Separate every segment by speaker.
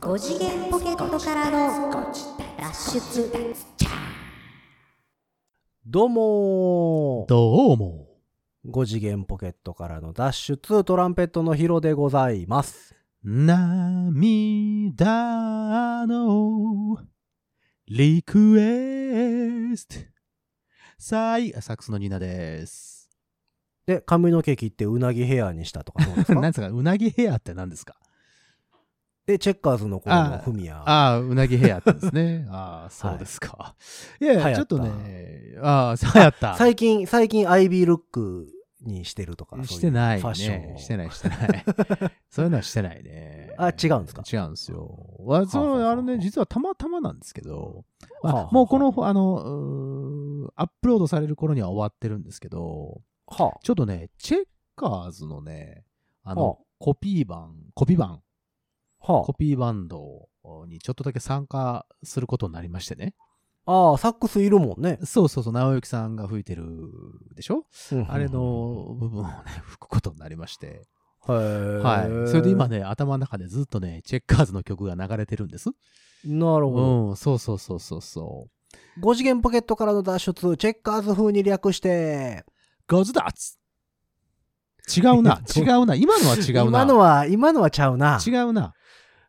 Speaker 1: 5次元ポケットからの脱出
Speaker 2: どうもー
Speaker 3: どうも。
Speaker 2: 5次元ポケットからの脱出トランペットのヒロでございます
Speaker 3: 涙のリクエスト。さい、サックスのニーナです。
Speaker 2: で髪の毛切ってうなぎヘアにしたとかどうですか
Speaker 3: 何ですかう なぎヘアって何ですか
Speaker 2: でチェッカーズの頃の
Speaker 3: あ
Speaker 2: フミヤ
Speaker 3: ああ、うなぎヘアってですね。ああ、そうですか。いやい
Speaker 2: 流行っ
Speaker 3: や、
Speaker 2: た
Speaker 3: ちょっとね、ああ、流行った。
Speaker 2: 最近最近アイビールックにしてるとか
Speaker 3: してない
Speaker 2: そううファッション
Speaker 3: ね。
Speaker 2: を
Speaker 3: してない、して ない。そういうのはしてないね。
Speaker 2: あ違うんですか
Speaker 3: 違うんですよ。わそ
Speaker 2: はあはあは
Speaker 3: う
Speaker 2: あ
Speaker 3: あのね、実はたまたまなんですけど、まあ
Speaker 2: はあはあ
Speaker 3: もうこの、あの、うーアップロードされる頃には終わってるんですけど、
Speaker 2: は
Speaker 3: ちょっとね、チェッカーズのね、あ
Speaker 2: はあ
Speaker 3: の、コピー版、コピー版、
Speaker 2: あは
Speaker 3: コピーバンドにちょっとだけ参加することになりましてね。
Speaker 2: ああーサックスいるもんね
Speaker 3: そうそうそう、直之さんが吹いてるでしょあれの部分をね、吹くことになりまして。は。
Speaker 2: はい
Speaker 3: それで今ね、頭の中でずっとね、チェッカーズの曲が流れてるんです。
Speaker 2: なるほど
Speaker 3: うん、そうそうそうそうそう。
Speaker 2: 5次元ポケットからの脱出チェッカーズ風に略して、
Speaker 3: ゴズダッツ違うな
Speaker 2: ど
Speaker 3: 違うな、今のは違うな。
Speaker 2: 今のは今のはちゃうな
Speaker 3: 違うな。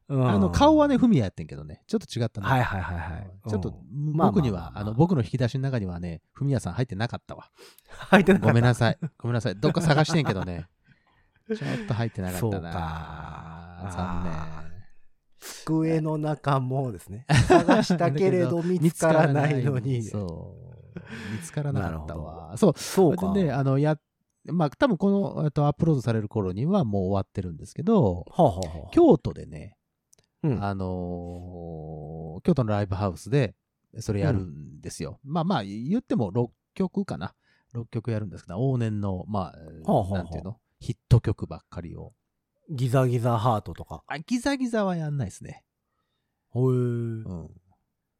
Speaker 2: うん
Speaker 3: あの、顔はね、フミヤやってんけどね、ちょっと違ったな。
Speaker 2: はいはいはいはい
Speaker 3: うんちょっと、
Speaker 2: んまあまあまあまあ
Speaker 3: 僕には、あの、僕の引き出しの中にはね、フミヤさん入ってな かったわ。
Speaker 2: 入ってなか
Speaker 3: ご
Speaker 2: った
Speaker 3: めんなさい。ごめんなさい。どっか探してんけど ね。ちょっと入ってなかった
Speaker 2: そ
Speaker 3: な。
Speaker 2: うか
Speaker 3: 残
Speaker 2: あ
Speaker 3: 念。
Speaker 2: 机の中もですね 探したけれど見つからないのに
Speaker 3: そう。見つからなかっ
Speaker 2: な
Speaker 3: た
Speaker 2: る
Speaker 3: わ。そう。
Speaker 2: そうか
Speaker 3: それでね、あの、や、まあ、多分この、えっと、アップロードされる頃にはもう終わってるんですけど、
Speaker 2: はあはあはあ
Speaker 3: 京都でね、
Speaker 2: うん
Speaker 3: あのー京都のライブハウスで、それやるんですよ。まあまあ、言っても6曲かな。6曲やるんですけど、往年の、まあ、えー
Speaker 2: はあはあはあ
Speaker 3: なんていうのヒット曲ばっかりを。
Speaker 2: ギザギザハートとか
Speaker 3: あ、ギザギザはやんないですね。
Speaker 2: うん
Speaker 3: うん。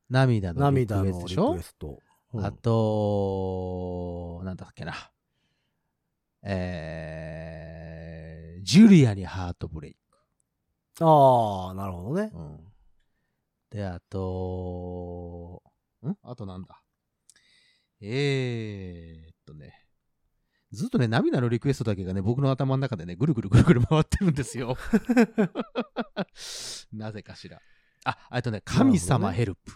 Speaker 3: 涙のリク
Speaker 2: 涙の
Speaker 3: エ
Speaker 2: リ
Speaker 3: ストでし
Speaker 2: ク
Speaker 3: ょ
Speaker 2: エストうん
Speaker 3: あと、なんだっけな。えー、ジュリアにハートブレイ
Speaker 2: ああなるほどね
Speaker 3: ク。うん。で、あと、んあとなんだ。えーっとね。ずっとね、涙のリクエストだけがね、僕の頭の中でね、ぐるぐるぐるぐる回ってるんです よ。なぜかしら。あ、あとね、神様ヘルプ。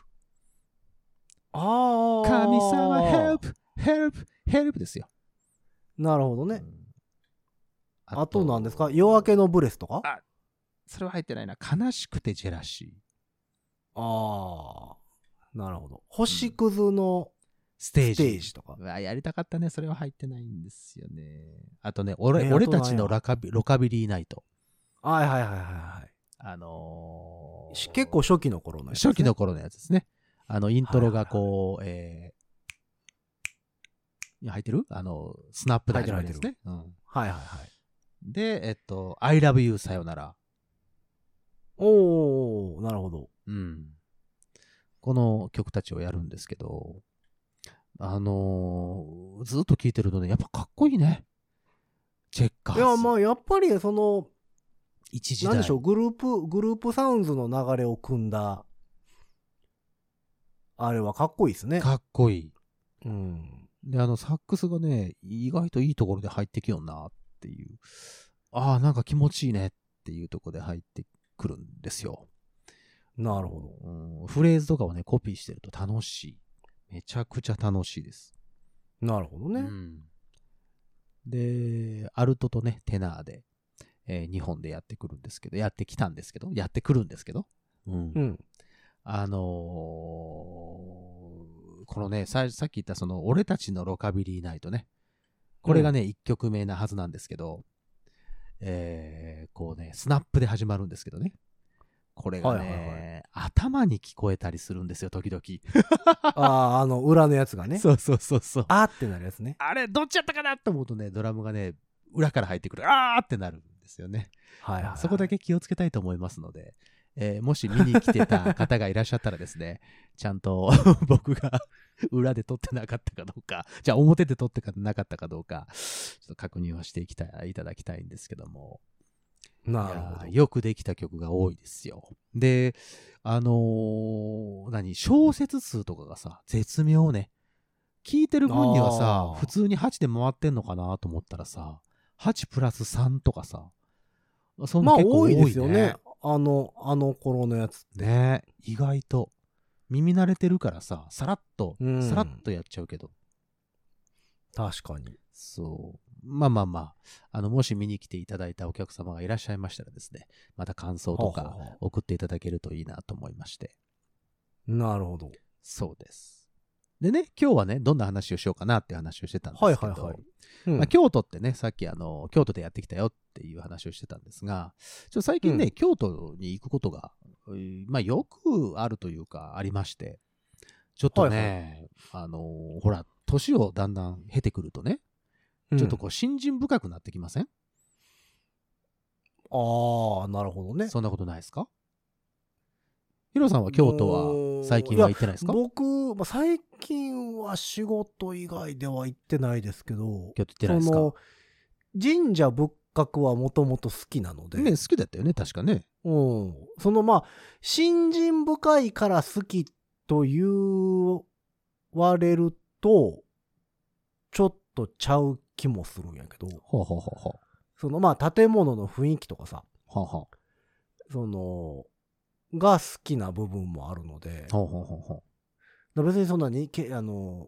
Speaker 2: ああ
Speaker 3: 神様ヘルプ、ヘルプ、ヘルプですよ。
Speaker 2: なるほどね
Speaker 3: うん。
Speaker 2: あと何ですか夜明けのブレスとか
Speaker 3: あそれは入ってないな。悲しくてジェラシー。
Speaker 2: ああなるほど星屑の
Speaker 3: ステージ。
Speaker 2: ステージとか
Speaker 3: うわやりたかったね。それは入ってないんですよね。あとね、俺,、
Speaker 2: ね
Speaker 3: 俺
Speaker 2: あとなん
Speaker 3: た
Speaker 2: や
Speaker 3: ちのラカビロカビリーナイト。
Speaker 2: はいはいはいはいはい
Speaker 3: あのー
Speaker 2: し結構初期の頃のやつですね
Speaker 3: 初期の頃のやつですね。あの、イントロがこう、えーいや入ってるあの、スナップで始まるんですね。うん
Speaker 2: はいはいはい
Speaker 3: で、えっと、I love you さよなら。
Speaker 2: おおなるほど
Speaker 3: うん。この曲たちをやるんですけど、あのーずっと聴いてるとね、やっぱかっこいいね。チェッカー
Speaker 2: い
Speaker 3: ズ。
Speaker 2: やまあやっぱりその
Speaker 3: 一時代。
Speaker 2: なんでしょう、グループ、グループサウンズの流れを組んだ、あれはかっこいいですね。
Speaker 3: かっこいい。
Speaker 2: うん。
Speaker 3: で、あの、サックスがね、意外といいところで入ってきよんなっていう。ああ、なんか気持ちいいねっていうところで入ってくるんですよ。
Speaker 2: なるほど。
Speaker 3: うん、フレーズとかをね、コピーしてると楽しい。めちゃくちゃ楽しいです。
Speaker 2: なるほど
Speaker 3: う
Speaker 2: ね。
Speaker 3: ん、でアルトとねテナーで、えー、日本でやってくるんですけどやってきたんですけどやってくるんですけど、うん
Speaker 2: うん。
Speaker 3: あのーこのねささっき言ったその「俺たちのロカビリーナイトね」これがね、一1曲目なはずなんですけどえーこうねスナップで始まるんですけどねこれがね、
Speaker 2: はいはい
Speaker 3: 頭に聞こえたりするんですよ 時々
Speaker 2: ああ、あの、裏のやつがね。
Speaker 3: そうそうそうそう
Speaker 2: あーってなるやつね。
Speaker 3: あれ、どっちやったかなと思うとね、ドラムがね、裏から入ってくる、あーってなるんですよね。
Speaker 2: はいはいはい。
Speaker 3: そこだけ気をつけたいと思いますので、えーもし見に来てた方がいらっしゃったらですね、ちゃんと 僕が裏で撮ってなかったかどうか、じゃあ表で撮ってなかったかどうか、ちょっと確認はしていきたいいただきたいんですけども、
Speaker 2: ないるほ
Speaker 3: や
Speaker 2: ど
Speaker 3: ー。よくできた曲が多いですよ。で、あのー何、小説数とかがさ、絶妙ね。聞いてる分には
Speaker 2: あ
Speaker 3: さ
Speaker 2: ー、
Speaker 3: 普通に8で回ってんのかなと思ったらさ、8プラス3とかさ、そん
Speaker 2: ま
Speaker 3: な
Speaker 2: あ
Speaker 3: 結構多
Speaker 2: 多
Speaker 3: い、
Speaker 2: い
Speaker 3: ね、
Speaker 2: ですよね。あの、あの頃のやつ。
Speaker 3: ね意外と。耳慣れてるからさ、さらっと、
Speaker 2: うん
Speaker 3: さらっとやっちゃうけど。
Speaker 2: 確かに。
Speaker 3: そう。まあまあまあ、あの、もし見に来ていただいたお客様がいらっしゃいましたらですね、また感想と
Speaker 2: は
Speaker 3: か
Speaker 2: あはあ
Speaker 3: 送っていただけるといいなと思いまして。
Speaker 2: なるほど。
Speaker 3: そうです。でね、今日はね、どんな話をしようかなっていう話をしてたんですけど、
Speaker 2: はいはいはいうん
Speaker 3: まあ、京都ってね、さっきあの、京都でやってきたよっていう話をしてたんですが、ちょっと最近ね、
Speaker 2: うん
Speaker 3: 京都に行くことが、えーまあ、よくあるというか、ありまして、ちょっとね、あのーほら、年をだんだん経てくるとね、ちょっとこう、信心深くなってきません、
Speaker 2: うんああ、なるほどね。
Speaker 3: そんなことないですかヒロさんは京都は最近は行ってないですか
Speaker 2: 僕、まあ、最近は仕事以外では行ってないですけど、
Speaker 3: 京都行ってないですか
Speaker 2: その神社仏閣はもともと好きなので、
Speaker 3: ね、好きだったよね、確かね。
Speaker 2: うん、そのまあ信心深いから好きと言われるとちょっとちゃう気もするんやけど
Speaker 3: ほうほうほうほう。
Speaker 2: そのまあ建物の雰囲気とかさ
Speaker 3: ほうほう。
Speaker 2: そのが好きな部分もあるので
Speaker 3: ほうほうほうほう。
Speaker 2: 別にそんなにけあの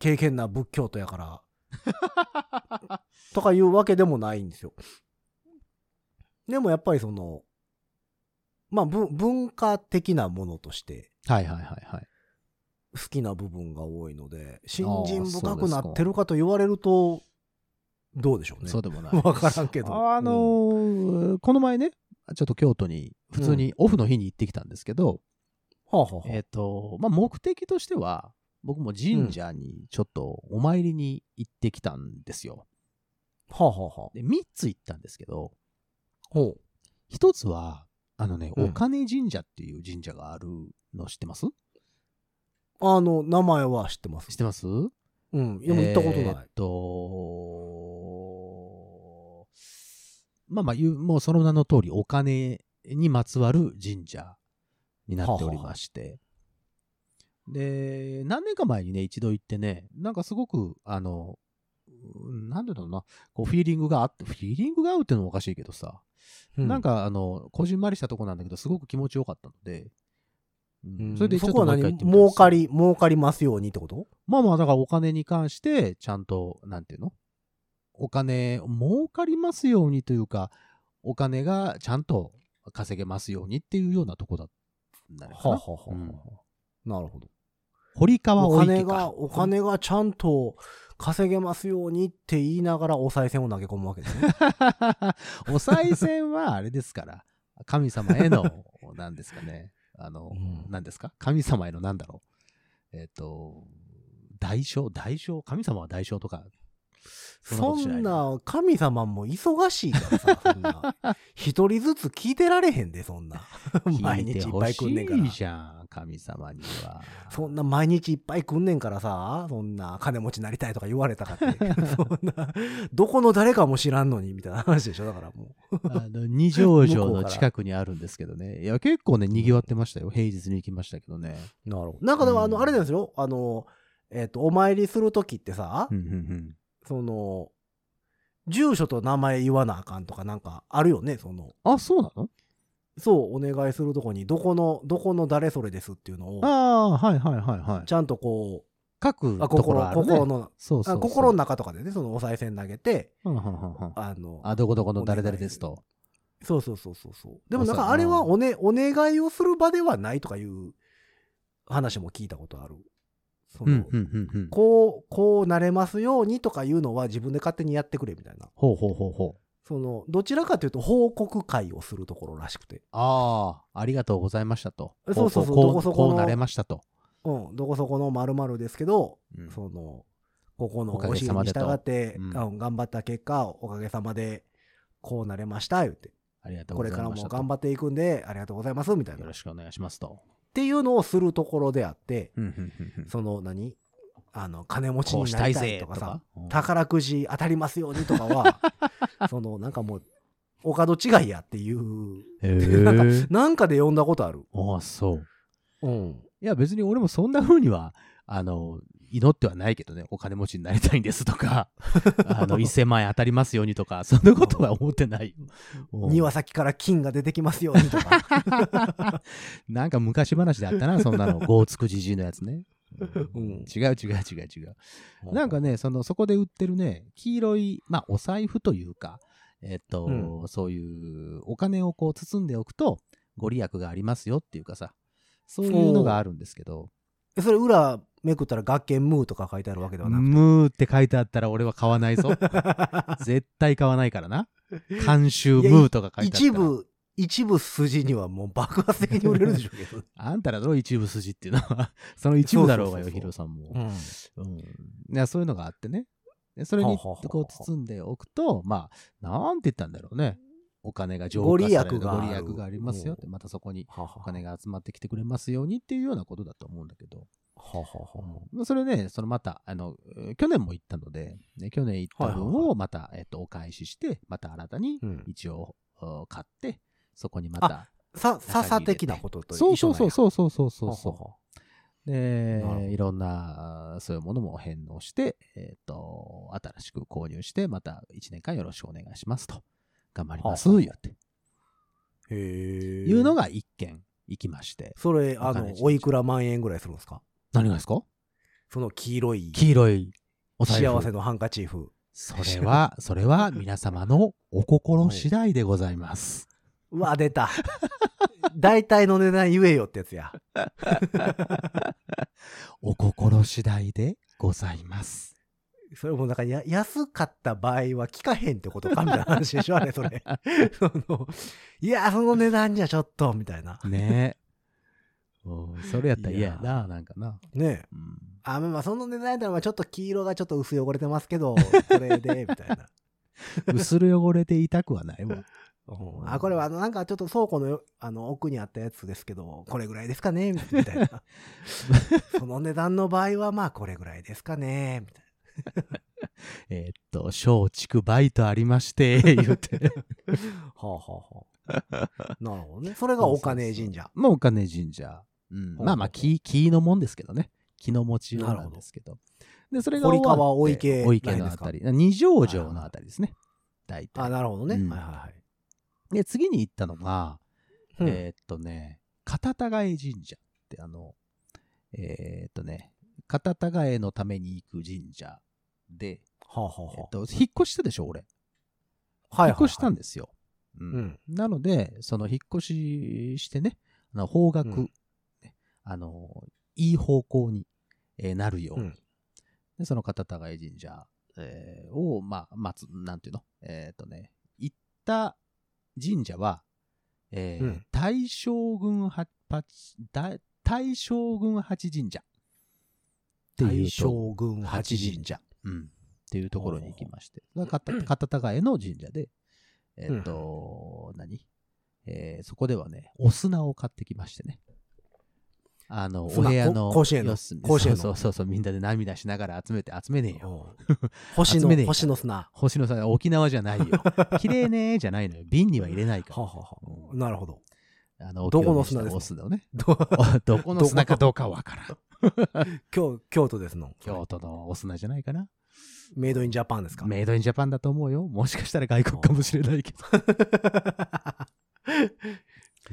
Speaker 2: 経験な仏教徒やから とかいうわけでもないんですよ。でもやっぱりその、まあぶ文化的なものとして
Speaker 3: はいはいはいはい。
Speaker 2: 好きな部分が多いので、信
Speaker 3: そう
Speaker 2: 心
Speaker 3: ですか
Speaker 2: 深くなってるかと言われると、どうでしょうね
Speaker 3: そう。でもない。
Speaker 2: わからんけど。
Speaker 3: あのーこの前ね、ちょっと京都に、普通にオフの日に行ってきたんですけど、
Speaker 2: うんはあはあは
Speaker 3: えっ、と、まあ、目的としては、僕も神社にちょっとお参りに行ってきたんですよ。
Speaker 2: あはあはあはあ
Speaker 3: で、3つ行ったんですけど、
Speaker 2: ほう
Speaker 3: 1つは、あのね、
Speaker 2: うん
Speaker 3: お金神社っていう神社があるの知ってます
Speaker 2: あの、名前は知ってます
Speaker 3: 知っ。てます
Speaker 2: うん。でも行ったこと
Speaker 3: え
Speaker 2: な
Speaker 3: ーっ
Speaker 2: い。
Speaker 3: と、まあまあ言う、もうその名の通り、お金にまつわる神社になっておりまして。で、何年か前にね、一度行ってね、なんかすごく、あの、うんなんでだろうな、こう、フィーリングがあって、フィーリングが合うっていうのもおかしいけどさ、
Speaker 2: う
Speaker 3: なん、か、あの、こじんまりしたとこなんだけど、すごく気持ちよかったので、うん
Speaker 2: うん
Speaker 3: それでち
Speaker 2: そ
Speaker 3: ょっ
Speaker 2: ことは
Speaker 3: もう
Speaker 2: 何
Speaker 3: 一回行ってみたんで
Speaker 2: 儲
Speaker 3: すよ
Speaker 2: かり、儲かりますようにってこと
Speaker 3: まあまあ、だからお金に関して、ちゃんと、なんていうのお金、儲かりますようにというか、お金がちゃんと稼げますようにっていうようなとこだったのかな。
Speaker 2: はあ
Speaker 3: うん
Speaker 2: なるほど。
Speaker 3: 堀川
Speaker 2: お
Speaker 3: お
Speaker 2: 金
Speaker 3: 池
Speaker 2: が、
Speaker 3: か。
Speaker 2: お金がちゃんと稼げますようにって言いながらお賽銭を投げ込むわけですね。
Speaker 3: お賽銭はあれですから、神様への、なんですかね。あの、
Speaker 2: うん
Speaker 3: なんですか神様へのなんだろう。えっ、と、代償、代償、神様は代償とか。
Speaker 2: そ
Speaker 3: ことしい
Speaker 2: んな、神様も忙しいからさ、そんな。一人ずつ聞いてられへんで、そん な。毎日いっぱい来んねんから
Speaker 3: 聞てほしいじゃん、神様に は。
Speaker 2: そんな毎日いっぱい来んねんからさ、そんな金持ちになりたいとか言われたかって。 そんな、どこの誰かも知らんのに、みたいな話でしょ、だからもう。
Speaker 3: あ の二条城の近くにあるんですけどね。いや、結構ね、賑わってましたよ。平日に行きましたけどね。
Speaker 2: なるほど。なんかでも、あ
Speaker 3: う
Speaker 2: の、
Speaker 3: ん
Speaker 2: あれなんですよ、あの、えっ、と、お参りするときってさ、
Speaker 3: うんうんうん。
Speaker 2: その、住所と名前言わなあかんとかなんかあるよね、その。
Speaker 3: あ、そうなの
Speaker 2: そう、お願いするとこに、どこの、どこの誰それですっていうのを、
Speaker 3: ああ、はいはいはいはい
Speaker 2: ち。ゃんとこ
Speaker 3: 各
Speaker 2: う、あ
Speaker 3: とこ
Speaker 2: 心
Speaker 3: ろあるね。
Speaker 2: 心の、
Speaker 3: そうそう
Speaker 2: あ
Speaker 3: そう
Speaker 2: 心の中とかでね、そのお賽銭投げて、
Speaker 3: うんうんうんうん
Speaker 2: あの、
Speaker 3: あ、どこどこの誰々ですと。
Speaker 2: そうそうそうそうそう。でもなん
Speaker 3: おさ
Speaker 2: かあれは
Speaker 3: うん
Speaker 2: お,、ね、お願いをする場ではないとかいう話も聞いたことある。そ
Speaker 3: うん
Speaker 2: の、
Speaker 3: うんうんうん。
Speaker 2: こう、こうなれますようにとかいうのは自分で勝手にやってくれみたいな。
Speaker 3: ほうほうほうほう。
Speaker 2: その、どちらかというと報告会をするところらしくて。
Speaker 3: ああ、ありがとうございましたと。
Speaker 2: えそうそうそう
Speaker 3: こ
Speaker 2: ど
Speaker 3: こ
Speaker 2: こ
Speaker 3: こ
Speaker 2: そうこの
Speaker 3: こうなれましたと。
Speaker 2: うん、どこそこの〇〇ですけど、
Speaker 3: うん
Speaker 2: その、ここの
Speaker 3: おか
Speaker 2: お
Speaker 3: げ
Speaker 2: 尻
Speaker 3: さま
Speaker 2: に
Speaker 3: でと
Speaker 2: 従って、
Speaker 3: うん
Speaker 2: うん頑張った結果、おかげさまで、こうなれました、言って。
Speaker 3: ありがとう
Speaker 2: こ
Speaker 3: ご
Speaker 2: れ
Speaker 3: ざい
Speaker 2: から
Speaker 3: まし
Speaker 2: も
Speaker 3: たと。
Speaker 2: 頑張っていくんで、ありがとうございます、みたいな。
Speaker 3: よろ
Speaker 2: っ
Speaker 3: しくお願いしますと。
Speaker 2: ていうのをするところであって、
Speaker 3: うんうんうんうん
Speaker 2: その何、あの、金持ち
Speaker 3: こう
Speaker 2: に
Speaker 3: し
Speaker 2: な
Speaker 3: たい
Speaker 2: りたい
Speaker 3: ぜ
Speaker 2: と
Speaker 3: と
Speaker 2: かさ
Speaker 3: か、。うん
Speaker 2: 宝くじ当たりますようにとかは、その、なんかもう、お門違いやっていう、
Speaker 3: へ
Speaker 2: なん
Speaker 3: え。
Speaker 2: なんかで読んだことある。
Speaker 3: ああ、そ
Speaker 2: う
Speaker 3: う。
Speaker 2: ん。
Speaker 3: いや、別に俺もそんな風には、あの、祈ってはないけどね、お金持ちになりたいんですとか、あの、1000万円当たりますようにとか、そんなことは思ってないよ。うん
Speaker 2: 庭先から金が出てきますようにとか。
Speaker 3: なんか昔話であったな、そんなの。ゴーつくじじいのやつね。
Speaker 2: うん
Speaker 3: 違う違う違う違う。 なんかね、その、そこで売ってるね、黄色い、まあ、お財布というか、えっと、
Speaker 2: う
Speaker 3: そういう、お金をこう包んでおくと、ご利益がありますよっていうかさ、そういうのがあるんですけど、
Speaker 2: えそれ裏めくったら学研ムーとか書いてあるわけではなくて。
Speaker 3: ムーって書いてあったら俺は買わな いぞ。絶対買わないからな。監修ムーとか書いてあったら。
Speaker 2: 一。部、一部筋にはもう爆発的に売れるでしょうけど。
Speaker 3: あんたらの一部筋っていうの は、その一部だろうがよ、
Speaker 2: そうそうそうそう
Speaker 3: ヒロさ
Speaker 2: う
Speaker 3: んも。
Speaker 2: ん
Speaker 3: うん、いやそういうのがあってねでそれ
Speaker 2: は
Speaker 3: に
Speaker 2: あはあはあ
Speaker 3: こう包んでおくとまあなんて言ったんだろうねお金が浄
Speaker 2: ご
Speaker 3: 化
Speaker 2: 利
Speaker 3: さ
Speaker 2: 益
Speaker 3: れ
Speaker 2: が
Speaker 3: る
Speaker 2: あ
Speaker 3: ご
Speaker 2: る
Speaker 3: 利益がありますよってまたそこに
Speaker 2: はは
Speaker 3: お
Speaker 2: は
Speaker 3: 金が集まってきてくれますようにっていうようなことだと思うんだけど、
Speaker 2: ははは
Speaker 3: まあそれねそのまたあのえー去年も行ったので、ね、去年行った分
Speaker 2: はいはいは
Speaker 3: をまた、えっと、お返ししてまた新たに
Speaker 2: うん
Speaker 3: 一応、お買ってそこにまた
Speaker 2: さ、笹的なことと
Speaker 3: そう
Speaker 2: 一
Speaker 3: そ
Speaker 2: 緒
Speaker 3: うそう
Speaker 2: う
Speaker 3: そうそうそうそうそう
Speaker 2: な
Speaker 3: で
Speaker 2: るほど、
Speaker 3: いろんな、あーそういうものも返納して、えっ、と、新しく購入して、また1年間よろしくお願いしますと。頑張ります、
Speaker 2: はあはあ
Speaker 3: 言って。
Speaker 2: へえ。
Speaker 3: いうのが1件行きまして。
Speaker 2: それ、あ
Speaker 3: わかる
Speaker 2: の、おいくら万円ぐらいするんですか
Speaker 3: 何がですか
Speaker 2: その黄色い
Speaker 3: 黄色いお財布。
Speaker 2: 幸せのハンカチーフ。
Speaker 3: それは、それは皆様のお心次第でございます。
Speaker 2: うわ、出た。大体の値段言えよってやつや。
Speaker 3: お心次第でございます。
Speaker 2: それもなんかや安かった場合は聞かへんってことかみたいな話でしょあれそ れそのいやその値段じゃちょっとみたいな
Speaker 3: ね え。うんそれやったら嫌や
Speaker 2: いや
Speaker 3: な、なんかな。
Speaker 2: ねえ
Speaker 3: うん
Speaker 2: あまあまあその値段やったらまあちょっと黄色がちょっと薄汚れてますけどこれでみたいな、
Speaker 3: 薄る汚れて痛くはないわ。
Speaker 2: うんあこれはあのなんかちょっと倉庫のよあの奥にあったやつですけどこれぐらいですかねみたい なその値段の場合はまあこれぐらいですかねみたい
Speaker 3: えーっと、松竹バイトありま して、言うて。
Speaker 2: なはあはあ はあなるほどねそれがお金神社
Speaker 3: まあ、お金神社。うん、
Speaker 2: ほう
Speaker 3: まあまあ、木、木のもんですけどね。木の持ちようなんですけど。で、それが終わって
Speaker 2: 堀川大池
Speaker 3: 大池
Speaker 2: ライン
Speaker 3: の
Speaker 2: で
Speaker 3: あ
Speaker 2: すか
Speaker 3: たり。二条城のあたりですね。大
Speaker 2: あ
Speaker 3: 体。
Speaker 2: なるほどね、
Speaker 3: うん
Speaker 2: はいはいはい
Speaker 3: で、次に行ったのが、
Speaker 2: うん
Speaker 3: えーっとね、片田貝神社って、あの、えーっとね、片田貝のために行く神社で、
Speaker 2: はあはあ
Speaker 3: えーっ
Speaker 2: は
Speaker 3: と、引っ越したでしょ、俺。
Speaker 2: あ。はいはいはい
Speaker 3: 引っ越したんですよ。うん
Speaker 2: うん。
Speaker 3: なので、その引っ越ししてね、あの方角、
Speaker 2: うん
Speaker 3: ねあの、いい方向に、えーなるように、
Speaker 2: うん
Speaker 3: でその片田貝神社、えーを、まあ、待つ、なんていうのえっ、とね、行った神社は、えー
Speaker 2: うん
Speaker 3: 大正軍八、八大大正軍八神社っていうと。
Speaker 2: 大将軍八神社。
Speaker 3: 社、うん、っていうところに行きまして、それが片 片田貝の神社で、えっ、と、何、えーそこではね、お砂を買ってきましてね。あの、お
Speaker 2: 砂
Speaker 3: 部屋の
Speaker 2: こ甲子園の
Speaker 3: 四隅
Speaker 2: 甲子園の
Speaker 3: そうそうそうそう、みんなで涙しながら集めて、集めねえよ。
Speaker 2: うん星
Speaker 3: 集めね
Speaker 2: の、
Speaker 3: えから
Speaker 2: 星の砂。
Speaker 3: 星野さん、沖縄じ ゃないよ。綺麗ねーじゃないのよ。瓶には入れないか
Speaker 2: は
Speaker 3: ら。
Speaker 2: あはあはあなるほど。
Speaker 3: あの、
Speaker 2: どこの砂ですか
Speaker 3: お砂をね。
Speaker 2: ど
Speaker 3: お どこの砂かどうかわからん。
Speaker 2: 京京都ですの。
Speaker 3: 京都のお砂じゃないかな。
Speaker 2: メイドインジャパンですか。
Speaker 3: メイドインジャパンだと思うよ。もしかしたら外国かもしれないけど。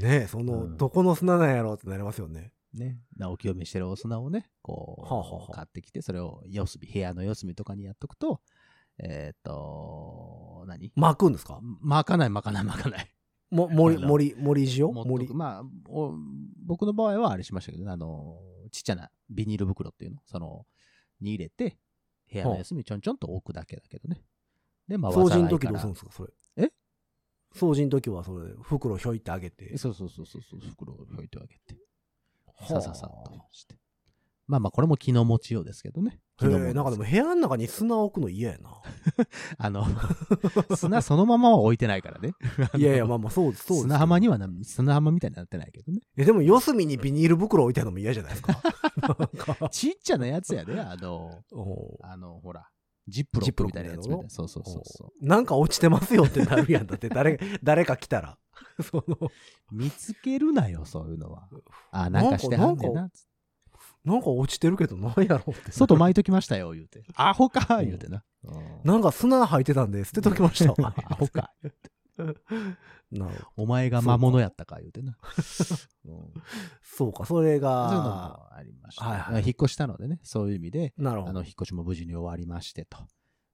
Speaker 2: ねえ、そ
Speaker 3: うん
Speaker 2: の、どこの砂なんやろうってなりますよね。
Speaker 3: ね、なお清めしてるお砂をね、こう、
Speaker 2: はあはあはあ
Speaker 3: 買ってきて、それを四隅、部屋の四隅とかにやっとくと、えっ、と、何
Speaker 2: 巻くんですか
Speaker 3: 巻かない巻かない巻かない。
Speaker 2: も森、
Speaker 3: あの
Speaker 2: 森、森塩
Speaker 3: 持っとく
Speaker 2: 森。
Speaker 3: まあお僕の場合はあれしましたけどね、あの、ちっちゃなビニール袋っていうの、その、に入れて、部屋の四隅ちょんちょんと置くだけだけどね。で、まあ、
Speaker 2: 掃除
Speaker 3: 災
Speaker 2: の時
Speaker 3: か
Speaker 2: どう
Speaker 3: ら
Speaker 2: するんですか、それ。
Speaker 3: え
Speaker 2: 掃除の時は、それ、袋ひょいってあげて。
Speaker 3: そうそうそうそうそう、袋を置いてあげて、
Speaker 2: は
Speaker 3: さ
Speaker 2: あ
Speaker 3: ささっとして。まあまあ、これも気の持ちようですけどね。気
Speaker 2: へ
Speaker 3: の持ち
Speaker 2: え、なんかでも部屋の中に砂置くの嫌やな。
Speaker 3: あの、砂そのままは置いてないからね。
Speaker 2: いやいや、まあまあ、そうです、そうです。
Speaker 3: 砂浜にはな、砂浜みたいになってないけどね。
Speaker 2: えでも四隅にビニール袋置いてあるの も嫌じゃないですか。なんか
Speaker 3: ちっちゃなやつやで、あの、
Speaker 2: おう
Speaker 3: あの、ほら、ジップロ
Speaker 2: ジッ
Speaker 3: ッ
Speaker 2: プロ
Speaker 3: プ
Speaker 2: ッ
Speaker 3: み
Speaker 2: ク
Speaker 3: たいなやつ
Speaker 2: みた
Speaker 3: み
Speaker 2: いないの
Speaker 3: たな。そうそうそうそ
Speaker 2: なんか落ちてますよってなるやんだって誰か誰か来たら その
Speaker 3: う。見つけるなよ、そういうのは。あ、なんかしてはんねん
Speaker 2: な
Speaker 3: な。
Speaker 2: なんか落ちてるけどなんやろうって
Speaker 3: 外巻いときましたよ、言うて。アホか、
Speaker 2: うん
Speaker 3: 言うてな。うん
Speaker 2: なんか砂入ってたんで捨てときましたわ
Speaker 3: アホか。
Speaker 2: なるほど
Speaker 3: お前が魔物やったか、言うてな。うん
Speaker 2: そうかそれ
Speaker 3: そういうの
Speaker 2: が
Speaker 3: もありました。
Speaker 2: はいはい
Speaker 3: 引っ越したのでね、そういう意味で、
Speaker 2: なるほ
Speaker 3: あ
Speaker 2: ど
Speaker 3: の、引っ越しも無事に終わりましてと。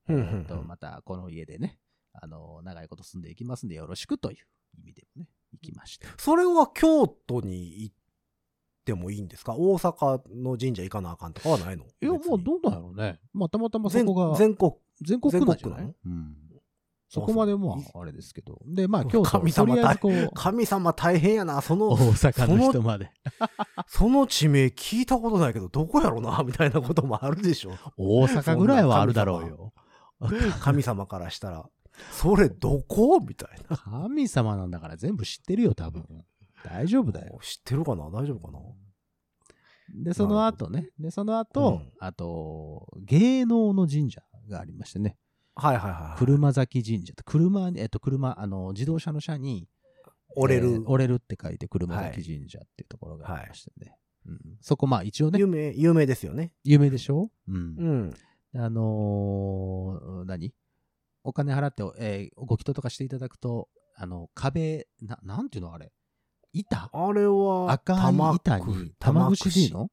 Speaker 2: うんうんうん
Speaker 3: えーとまた、この家でね、あの、長いこと住んでいきますんで、よろしくという意味でもね、行きました。
Speaker 2: それは京都に行ってもいいんですか大阪の神社行かなあかんとかはないの
Speaker 3: いや、
Speaker 2: 別に
Speaker 3: もうどうなんやろうね。まあ、たまたまそ
Speaker 2: 全
Speaker 3: こが、
Speaker 2: 全国
Speaker 3: 全国区なんじゃない
Speaker 2: 全
Speaker 3: うん。そこまでもあれですけど。で、まあ、
Speaker 2: そう
Speaker 3: 京都、
Speaker 2: 神
Speaker 3: と
Speaker 2: 様
Speaker 3: りあえずこう、
Speaker 2: 神様大変やなそ
Speaker 3: 大
Speaker 2: の
Speaker 3: 阪の人まで。
Speaker 2: その地名聞いたことないけどどこやろな みたいなこともあるでし ょ
Speaker 3: 大阪ぐらいはあるだろうよ。
Speaker 2: 神様からしたらそれどこみたいな
Speaker 3: 神様なんだから全部知ってるよ、多分。大丈夫だよ。
Speaker 2: 知ってるかな大丈夫かな
Speaker 3: で、その後ね。で、その
Speaker 2: う
Speaker 3: 後
Speaker 2: ん、
Speaker 3: あと、芸能の神社がありましてね。
Speaker 2: はいはいはい
Speaker 3: 車崎神社と車に、えっと、車、あの、自動車の車に、
Speaker 2: 折れ
Speaker 3: え
Speaker 2: る
Speaker 3: ー折れるって書いて、車崎神社っていうところがありましてね。うんそこ、まあ、一応ね
Speaker 2: 有、名有名ですよね
Speaker 3: 有名でしょうん
Speaker 2: うん
Speaker 3: あのー何お金払って、えーご祈祷とかしていただくと、あの、壁、な、なんていうのあれ板
Speaker 2: あれは
Speaker 3: 赤い板に、玉串でいいの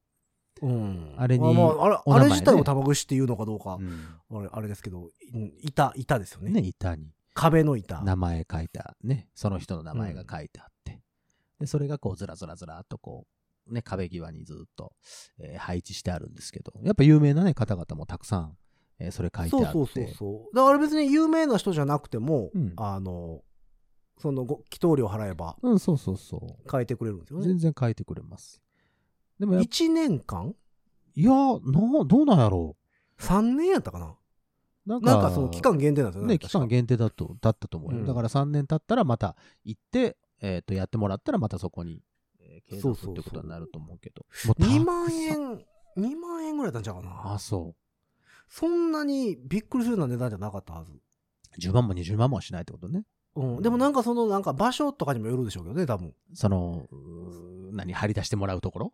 Speaker 2: うん
Speaker 3: あれに
Speaker 2: まあまああれあ
Speaker 3: お名前ね
Speaker 2: れ自体を玉串っていうのかどうか、
Speaker 3: うん
Speaker 2: あれあれですけどうん板板ですよね
Speaker 3: ね、板に
Speaker 2: 壁の板
Speaker 3: 名前書いた、ね、その人の名前が書いてあって、で、それがこう、ずらずらずらっとこう、ね、壁際にずっと、えー配置してあるんですけど、やっぱ有名なね、方々もたくさん、えーそれ書いて
Speaker 2: そう
Speaker 3: あって。
Speaker 2: そうそうそうだから別に有名な人じゃなくても、
Speaker 3: うん
Speaker 2: あのそのご祈祷料払えば
Speaker 3: うん、そうそうそ
Speaker 2: 変えてくれるんですよ
Speaker 3: う。
Speaker 2: ね
Speaker 3: 全然書いてくれます。でもやっぱ、
Speaker 2: 1年間
Speaker 3: いや、な、どうなんやろう。
Speaker 2: 3年やったかな
Speaker 3: なん
Speaker 2: なんかその期間限定なんですよね
Speaker 3: ね、期間限定だと、だったと思うよ。
Speaker 2: うん
Speaker 3: だから3年経ったらまた行って、えっ、と、やってもらったらまたそこに、えー継
Speaker 2: そう
Speaker 3: 続
Speaker 2: そうそう
Speaker 3: ってことになると思うけど。
Speaker 2: 2
Speaker 3: もう
Speaker 2: 万
Speaker 3: たくさん
Speaker 2: 円2万円ぐらいだったんちゃうかな
Speaker 3: あ、そ
Speaker 2: そんなにびっくりするような値段じゃなかったはず、
Speaker 3: う。10万も20万もはしないってことね。
Speaker 2: うん、でもなんかそのなんか場所とかにもよるでしょうけどね多分
Speaker 3: その、うー何、張り出してもらうところ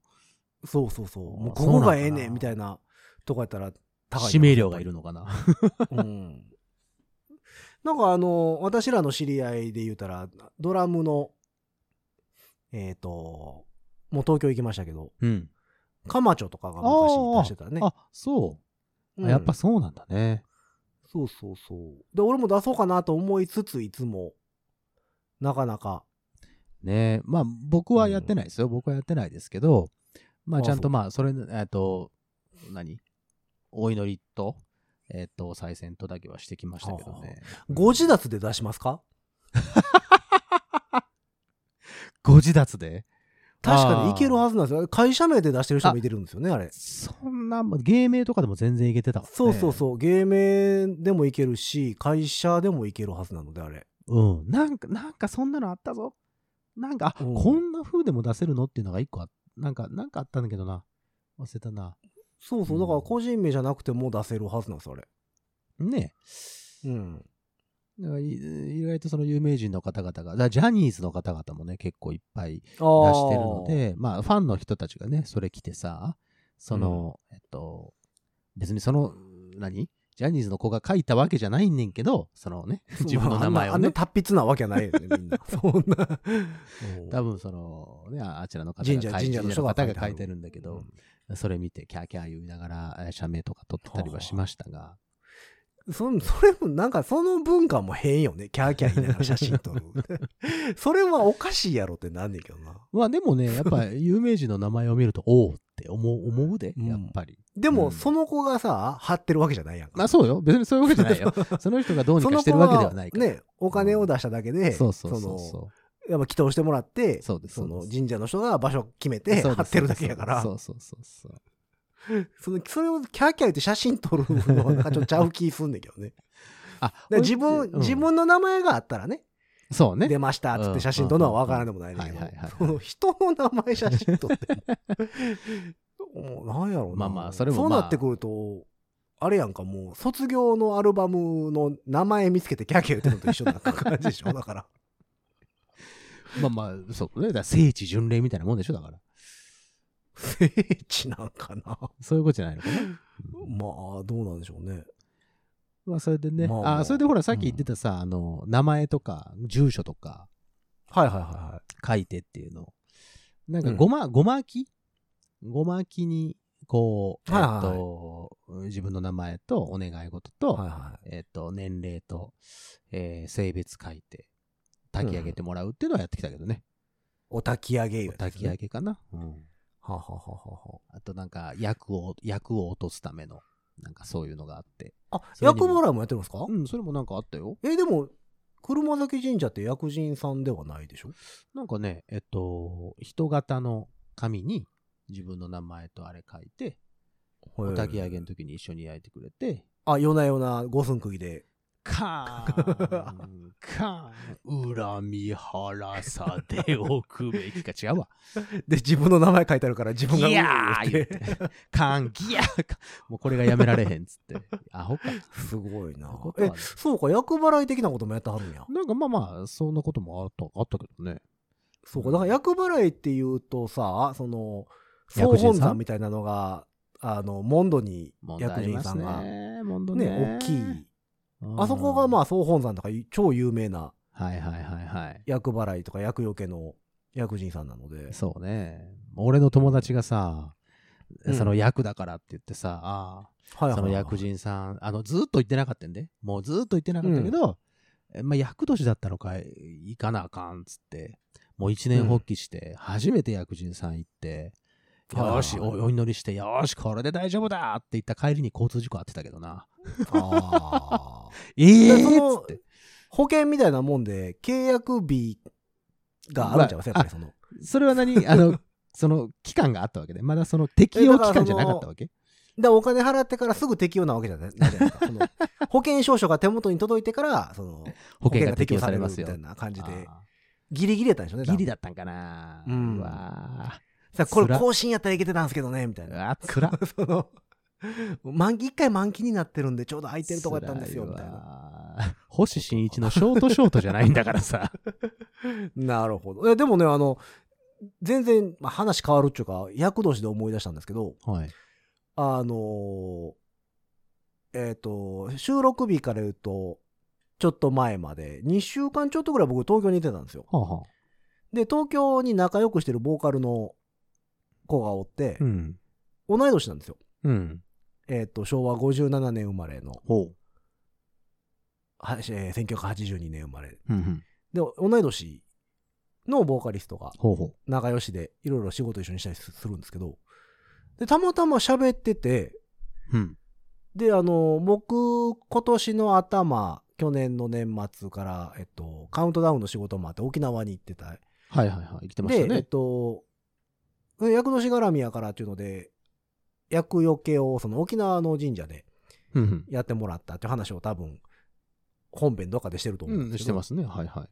Speaker 2: そうそうそうもう
Speaker 3: あそ
Speaker 2: こ
Speaker 3: うな
Speaker 2: こ
Speaker 3: のかな
Speaker 2: がええねんみたいなとこやったら高い
Speaker 3: 指名料がいるのかな。
Speaker 2: うんなんかあの、私らの知り合いで言うたら、ドラムの、えっ、と、もう東京行きましたけど、
Speaker 3: うん。
Speaker 2: カマチョとかが昔出してたね。
Speaker 3: あ、そう、
Speaker 2: うん
Speaker 3: やっぱそうなんだね。
Speaker 2: そうそうそう。で、俺も出そうかなと思いつつ、いつも、なかなか、
Speaker 3: ねまあ僕はやってないですよ、僕はやってないですけどまあ
Speaker 2: あ
Speaker 3: ちゃん
Speaker 2: そ
Speaker 3: と
Speaker 2: う
Speaker 3: まあそれえっと何お祈りとえっとお賽銭とだけはしてきましたけどね
Speaker 2: ご自立で出しますか
Speaker 3: ご自立で
Speaker 2: 確
Speaker 3: あ
Speaker 2: か
Speaker 3: ー
Speaker 2: にいけるはずなんですよ。会社名で出してる人もいてるんですよね、あれ。
Speaker 3: そんなもう芸名とかでも全然いけてたもんね
Speaker 2: そうそうそう。芸名でもいけるし、会社でもいけるはずなので、あれ。
Speaker 3: ううんなんかなんかそんなのあったぞなんか、あ
Speaker 2: うん
Speaker 3: こんな風でも出せるのっていうのが一個あなんかなんかあったんだけどな忘れたな
Speaker 2: そうそう。だから個人名じゃなくても出せるはずなんですよ、あれ。
Speaker 3: ね
Speaker 2: うん。
Speaker 3: だからい意外とその有名人の方々がだからジャニーズの方々もね結構いっぱい
Speaker 2: 出し
Speaker 3: 出してるので、まあ、ファンの人たちがね、それ来てさ、その、えっと、別にその、何ジャニーズの子が書いたわけじゃないんねんけど、そのね、 自分の
Speaker 2: あ
Speaker 3: 名前を
Speaker 2: んなあ
Speaker 3: ね
Speaker 2: んな、達筆なわけないよね、 みんな。そんな。
Speaker 3: 多分その、ね、ああちらの方が書い
Speaker 2: 神
Speaker 3: て
Speaker 2: 社、
Speaker 3: 神
Speaker 2: 神
Speaker 3: 社
Speaker 2: 社
Speaker 3: の
Speaker 2: の人
Speaker 3: 方
Speaker 2: が
Speaker 3: が書いてるんだけど、それ見て、キャーキャー言いながら、えー社名とか取ってたりはしましたが、
Speaker 2: うんそそれもなんかその文化も変よね。キャーキャー言いながら写真撮る。 それはおかしいやろってなんねんけどな。
Speaker 3: まあでもね、 やっぱ有名人の名前を見ると、おうって思う、思うで、
Speaker 2: うん
Speaker 3: やっぱり。
Speaker 2: で
Speaker 3: う
Speaker 2: も、
Speaker 3: ん
Speaker 2: その子がさ、貼ってるわけじゃないやんか。
Speaker 3: まあそうよ。別にそういうわけじゃないよ。 その人がどうに
Speaker 2: そ
Speaker 3: か
Speaker 2: の
Speaker 3: してる
Speaker 2: 子
Speaker 3: わけではないから。
Speaker 2: ね、お金を出しただけで、
Speaker 3: そうそうそうそう。
Speaker 2: のやっぱ祈祷してもらって、
Speaker 3: そうです
Speaker 2: その
Speaker 3: そうです
Speaker 2: 神社の人が場所決めて
Speaker 3: そうです
Speaker 2: 貼ってるだけやから、
Speaker 3: そうそうそうそう。
Speaker 2: そのそれをキャーキャー言って写真撮るのはなんかちょっとちゃう気すんねんけどね。
Speaker 3: あ
Speaker 2: で自分、
Speaker 3: うん
Speaker 2: 自分の名前があったらね、
Speaker 3: そうね
Speaker 2: 出。ましたっつって写真撮るのはわからんでもないねんけど
Speaker 3: うんうんうんはいはいはい
Speaker 2: その人の名前写 真撮ってももうなんやろうな
Speaker 3: まあまあそれも
Speaker 2: そう
Speaker 3: まあ
Speaker 2: なってくるとあれやんかもう卒業のアルバムの名前見つけてキャーキャー言ってるのと一緒な感じでしょだ から
Speaker 3: まあまあ、そうね。だから聖地巡礼みたいなもんでしょ、だから。
Speaker 2: 聖地なんかな
Speaker 3: そういうことじゃないのかな。うん
Speaker 2: まあどうなんでしょうね
Speaker 3: まあ、それでね。
Speaker 2: まあまあ
Speaker 3: あ、それでほら、さっき言ってたさ、あの、名前とか、住所とか、
Speaker 2: はいはいはいはい
Speaker 3: 書いてっていうのをなんか
Speaker 2: うん
Speaker 3: ごま、ごま空きごま空きに、こう、えっ
Speaker 2: はいはいはい
Speaker 3: と、自分の名前とお願い事と、
Speaker 2: はいは
Speaker 3: えっと、年齢と、えー性別書いて、炊き上げてもらうっていうのはやってきたけどね。
Speaker 2: お焚き上げよ
Speaker 3: 炊き上げかな。うん。
Speaker 2: ははははは
Speaker 3: あとなんか、役を、役を落とすための、なんかそういうのがあって。
Speaker 2: あ、
Speaker 3: それに
Speaker 2: 役
Speaker 3: も
Speaker 2: 払いもやってるんですか、
Speaker 3: うん、それもなんかあったよ。
Speaker 2: え、でも、車崎神社って役人さんではないでしょ
Speaker 3: なんかね、えっと、人型の紙に自分の名前とあれ書いて、お
Speaker 2: お
Speaker 3: 焚き上げの時に一緒に焼いてくれて、
Speaker 2: あ、夜な夜な五寸釘で。
Speaker 3: カーン、カーン、恨み晴らさでおくべきか違うわ。
Speaker 2: で、自分の名前書いてあるから 自分が。
Speaker 3: ギャー
Speaker 2: うー
Speaker 3: 言って。カーン、ギャーかもうこれがやめられへんっつって。アホか。
Speaker 2: すごいな
Speaker 3: そういうことは
Speaker 2: え
Speaker 3: ね、
Speaker 2: そうか、役払い的なこともやってはるんや。
Speaker 3: なんかまあまあ、そんなこともあったあったけどね。
Speaker 2: そうか、だから役払いっていうとさ、その、総
Speaker 3: 役人さん
Speaker 2: 本山みたいなのが、あの、モンドに
Speaker 3: 問題あ
Speaker 2: 役
Speaker 3: り
Speaker 2: 人
Speaker 3: ま
Speaker 2: さ
Speaker 3: す
Speaker 2: んが、
Speaker 3: ね。問題
Speaker 2: ね、
Speaker 3: ね
Speaker 2: 大きい。
Speaker 3: うん
Speaker 2: あそこがまあ、総本山とか超有名な
Speaker 3: はいはいはいはい。
Speaker 2: 役払いとか役除けの役人さんなので。
Speaker 3: そうね。俺の友達がさ、
Speaker 2: うん
Speaker 3: その役だからって言ってさ、あ
Speaker 2: はい
Speaker 3: あ、
Speaker 2: はい
Speaker 3: そ
Speaker 2: は
Speaker 3: の
Speaker 2: い
Speaker 3: 役人さん、あの、ずっと言ってなかったんで、もうずっと言ってなかったけど、えまあ、役年だったのか、行かなあかんっつって、もう一年発起して、初めて役人さん行って、
Speaker 2: はいはい
Speaker 3: よし、おお祈りして、よし、これで大丈夫だって言った帰りに交通事故あってたけどな。
Speaker 2: ああ。
Speaker 3: ええ
Speaker 2: そ
Speaker 3: ー、
Speaker 2: の
Speaker 3: っつって。
Speaker 2: 保険みたいなもんで、契約日があるんちゃいますやっぱりその。
Speaker 3: それ は何あの、その期間があったわけで、まだその適用期間じゃなかったわけ
Speaker 2: で、お金払ってからすぐ適用なわけじゃないないじゃないですか。そ の保険証書が手元に届いてから、その、
Speaker 3: 保険が適用されますよ
Speaker 2: みたい。な感じで、
Speaker 3: あ
Speaker 2: ギリギリやったんでしょう
Speaker 3: ー
Speaker 2: ね。
Speaker 3: ギリ
Speaker 2: だ。
Speaker 3: だったんかな。
Speaker 2: うん
Speaker 3: わ
Speaker 2: さこれ
Speaker 3: 辛っ
Speaker 2: 更新やったらいけてたんですけどね、みたい
Speaker 3: ーう
Speaker 2: な。
Speaker 3: わー、つら。
Speaker 2: その、満期、一回満期になってるんで、ちょうど空いてるとこやったんですよ、みたいな。
Speaker 3: な。星新一のショートショートじゃないんだか らさ。
Speaker 2: なるほど。え、でもね、あの、全然、まあ、話変わるっていうか、役年で思い出したんですけど、
Speaker 3: はい。
Speaker 2: あのーえっ、と、収録日から言うと、ちょっと前まで、2週間ちょっとぐらい僕東京にいてたんですよ。
Speaker 3: はあ、はあ、
Speaker 2: で、東京に仲良くしてるボーカルの子がおって
Speaker 3: う、ん。
Speaker 2: 同い年なんですよ。
Speaker 3: うん。
Speaker 2: えっ、と、昭和57年生まれの、
Speaker 3: ほ
Speaker 2: はえー1982年生まれ。
Speaker 3: う。うんうん。
Speaker 2: で、同い年のボーカリストが
Speaker 3: ほうほう。
Speaker 2: 仲良しで、いろいろ仕事一緒にしたりすするんですけど、で、たまたま喋ってて、
Speaker 3: うん。
Speaker 2: で、あの、僕、今年の頭、去年の年末から、えっと、カウントダウンの仕事もあって、沖縄に行ってた。
Speaker 3: はいはいはい。生きてまし
Speaker 2: で、
Speaker 3: た
Speaker 2: えっ
Speaker 3: ね。
Speaker 2: と、役年絡みやからっていうので、役除けを、その沖縄の神社で
Speaker 3: うんうん。
Speaker 2: やってもらったっていう話を多分、本編どっかでしてると思う
Speaker 3: うんん、
Speaker 2: です
Speaker 3: し
Speaker 2: け
Speaker 3: て
Speaker 2: ど、
Speaker 3: ますね。はいはい。は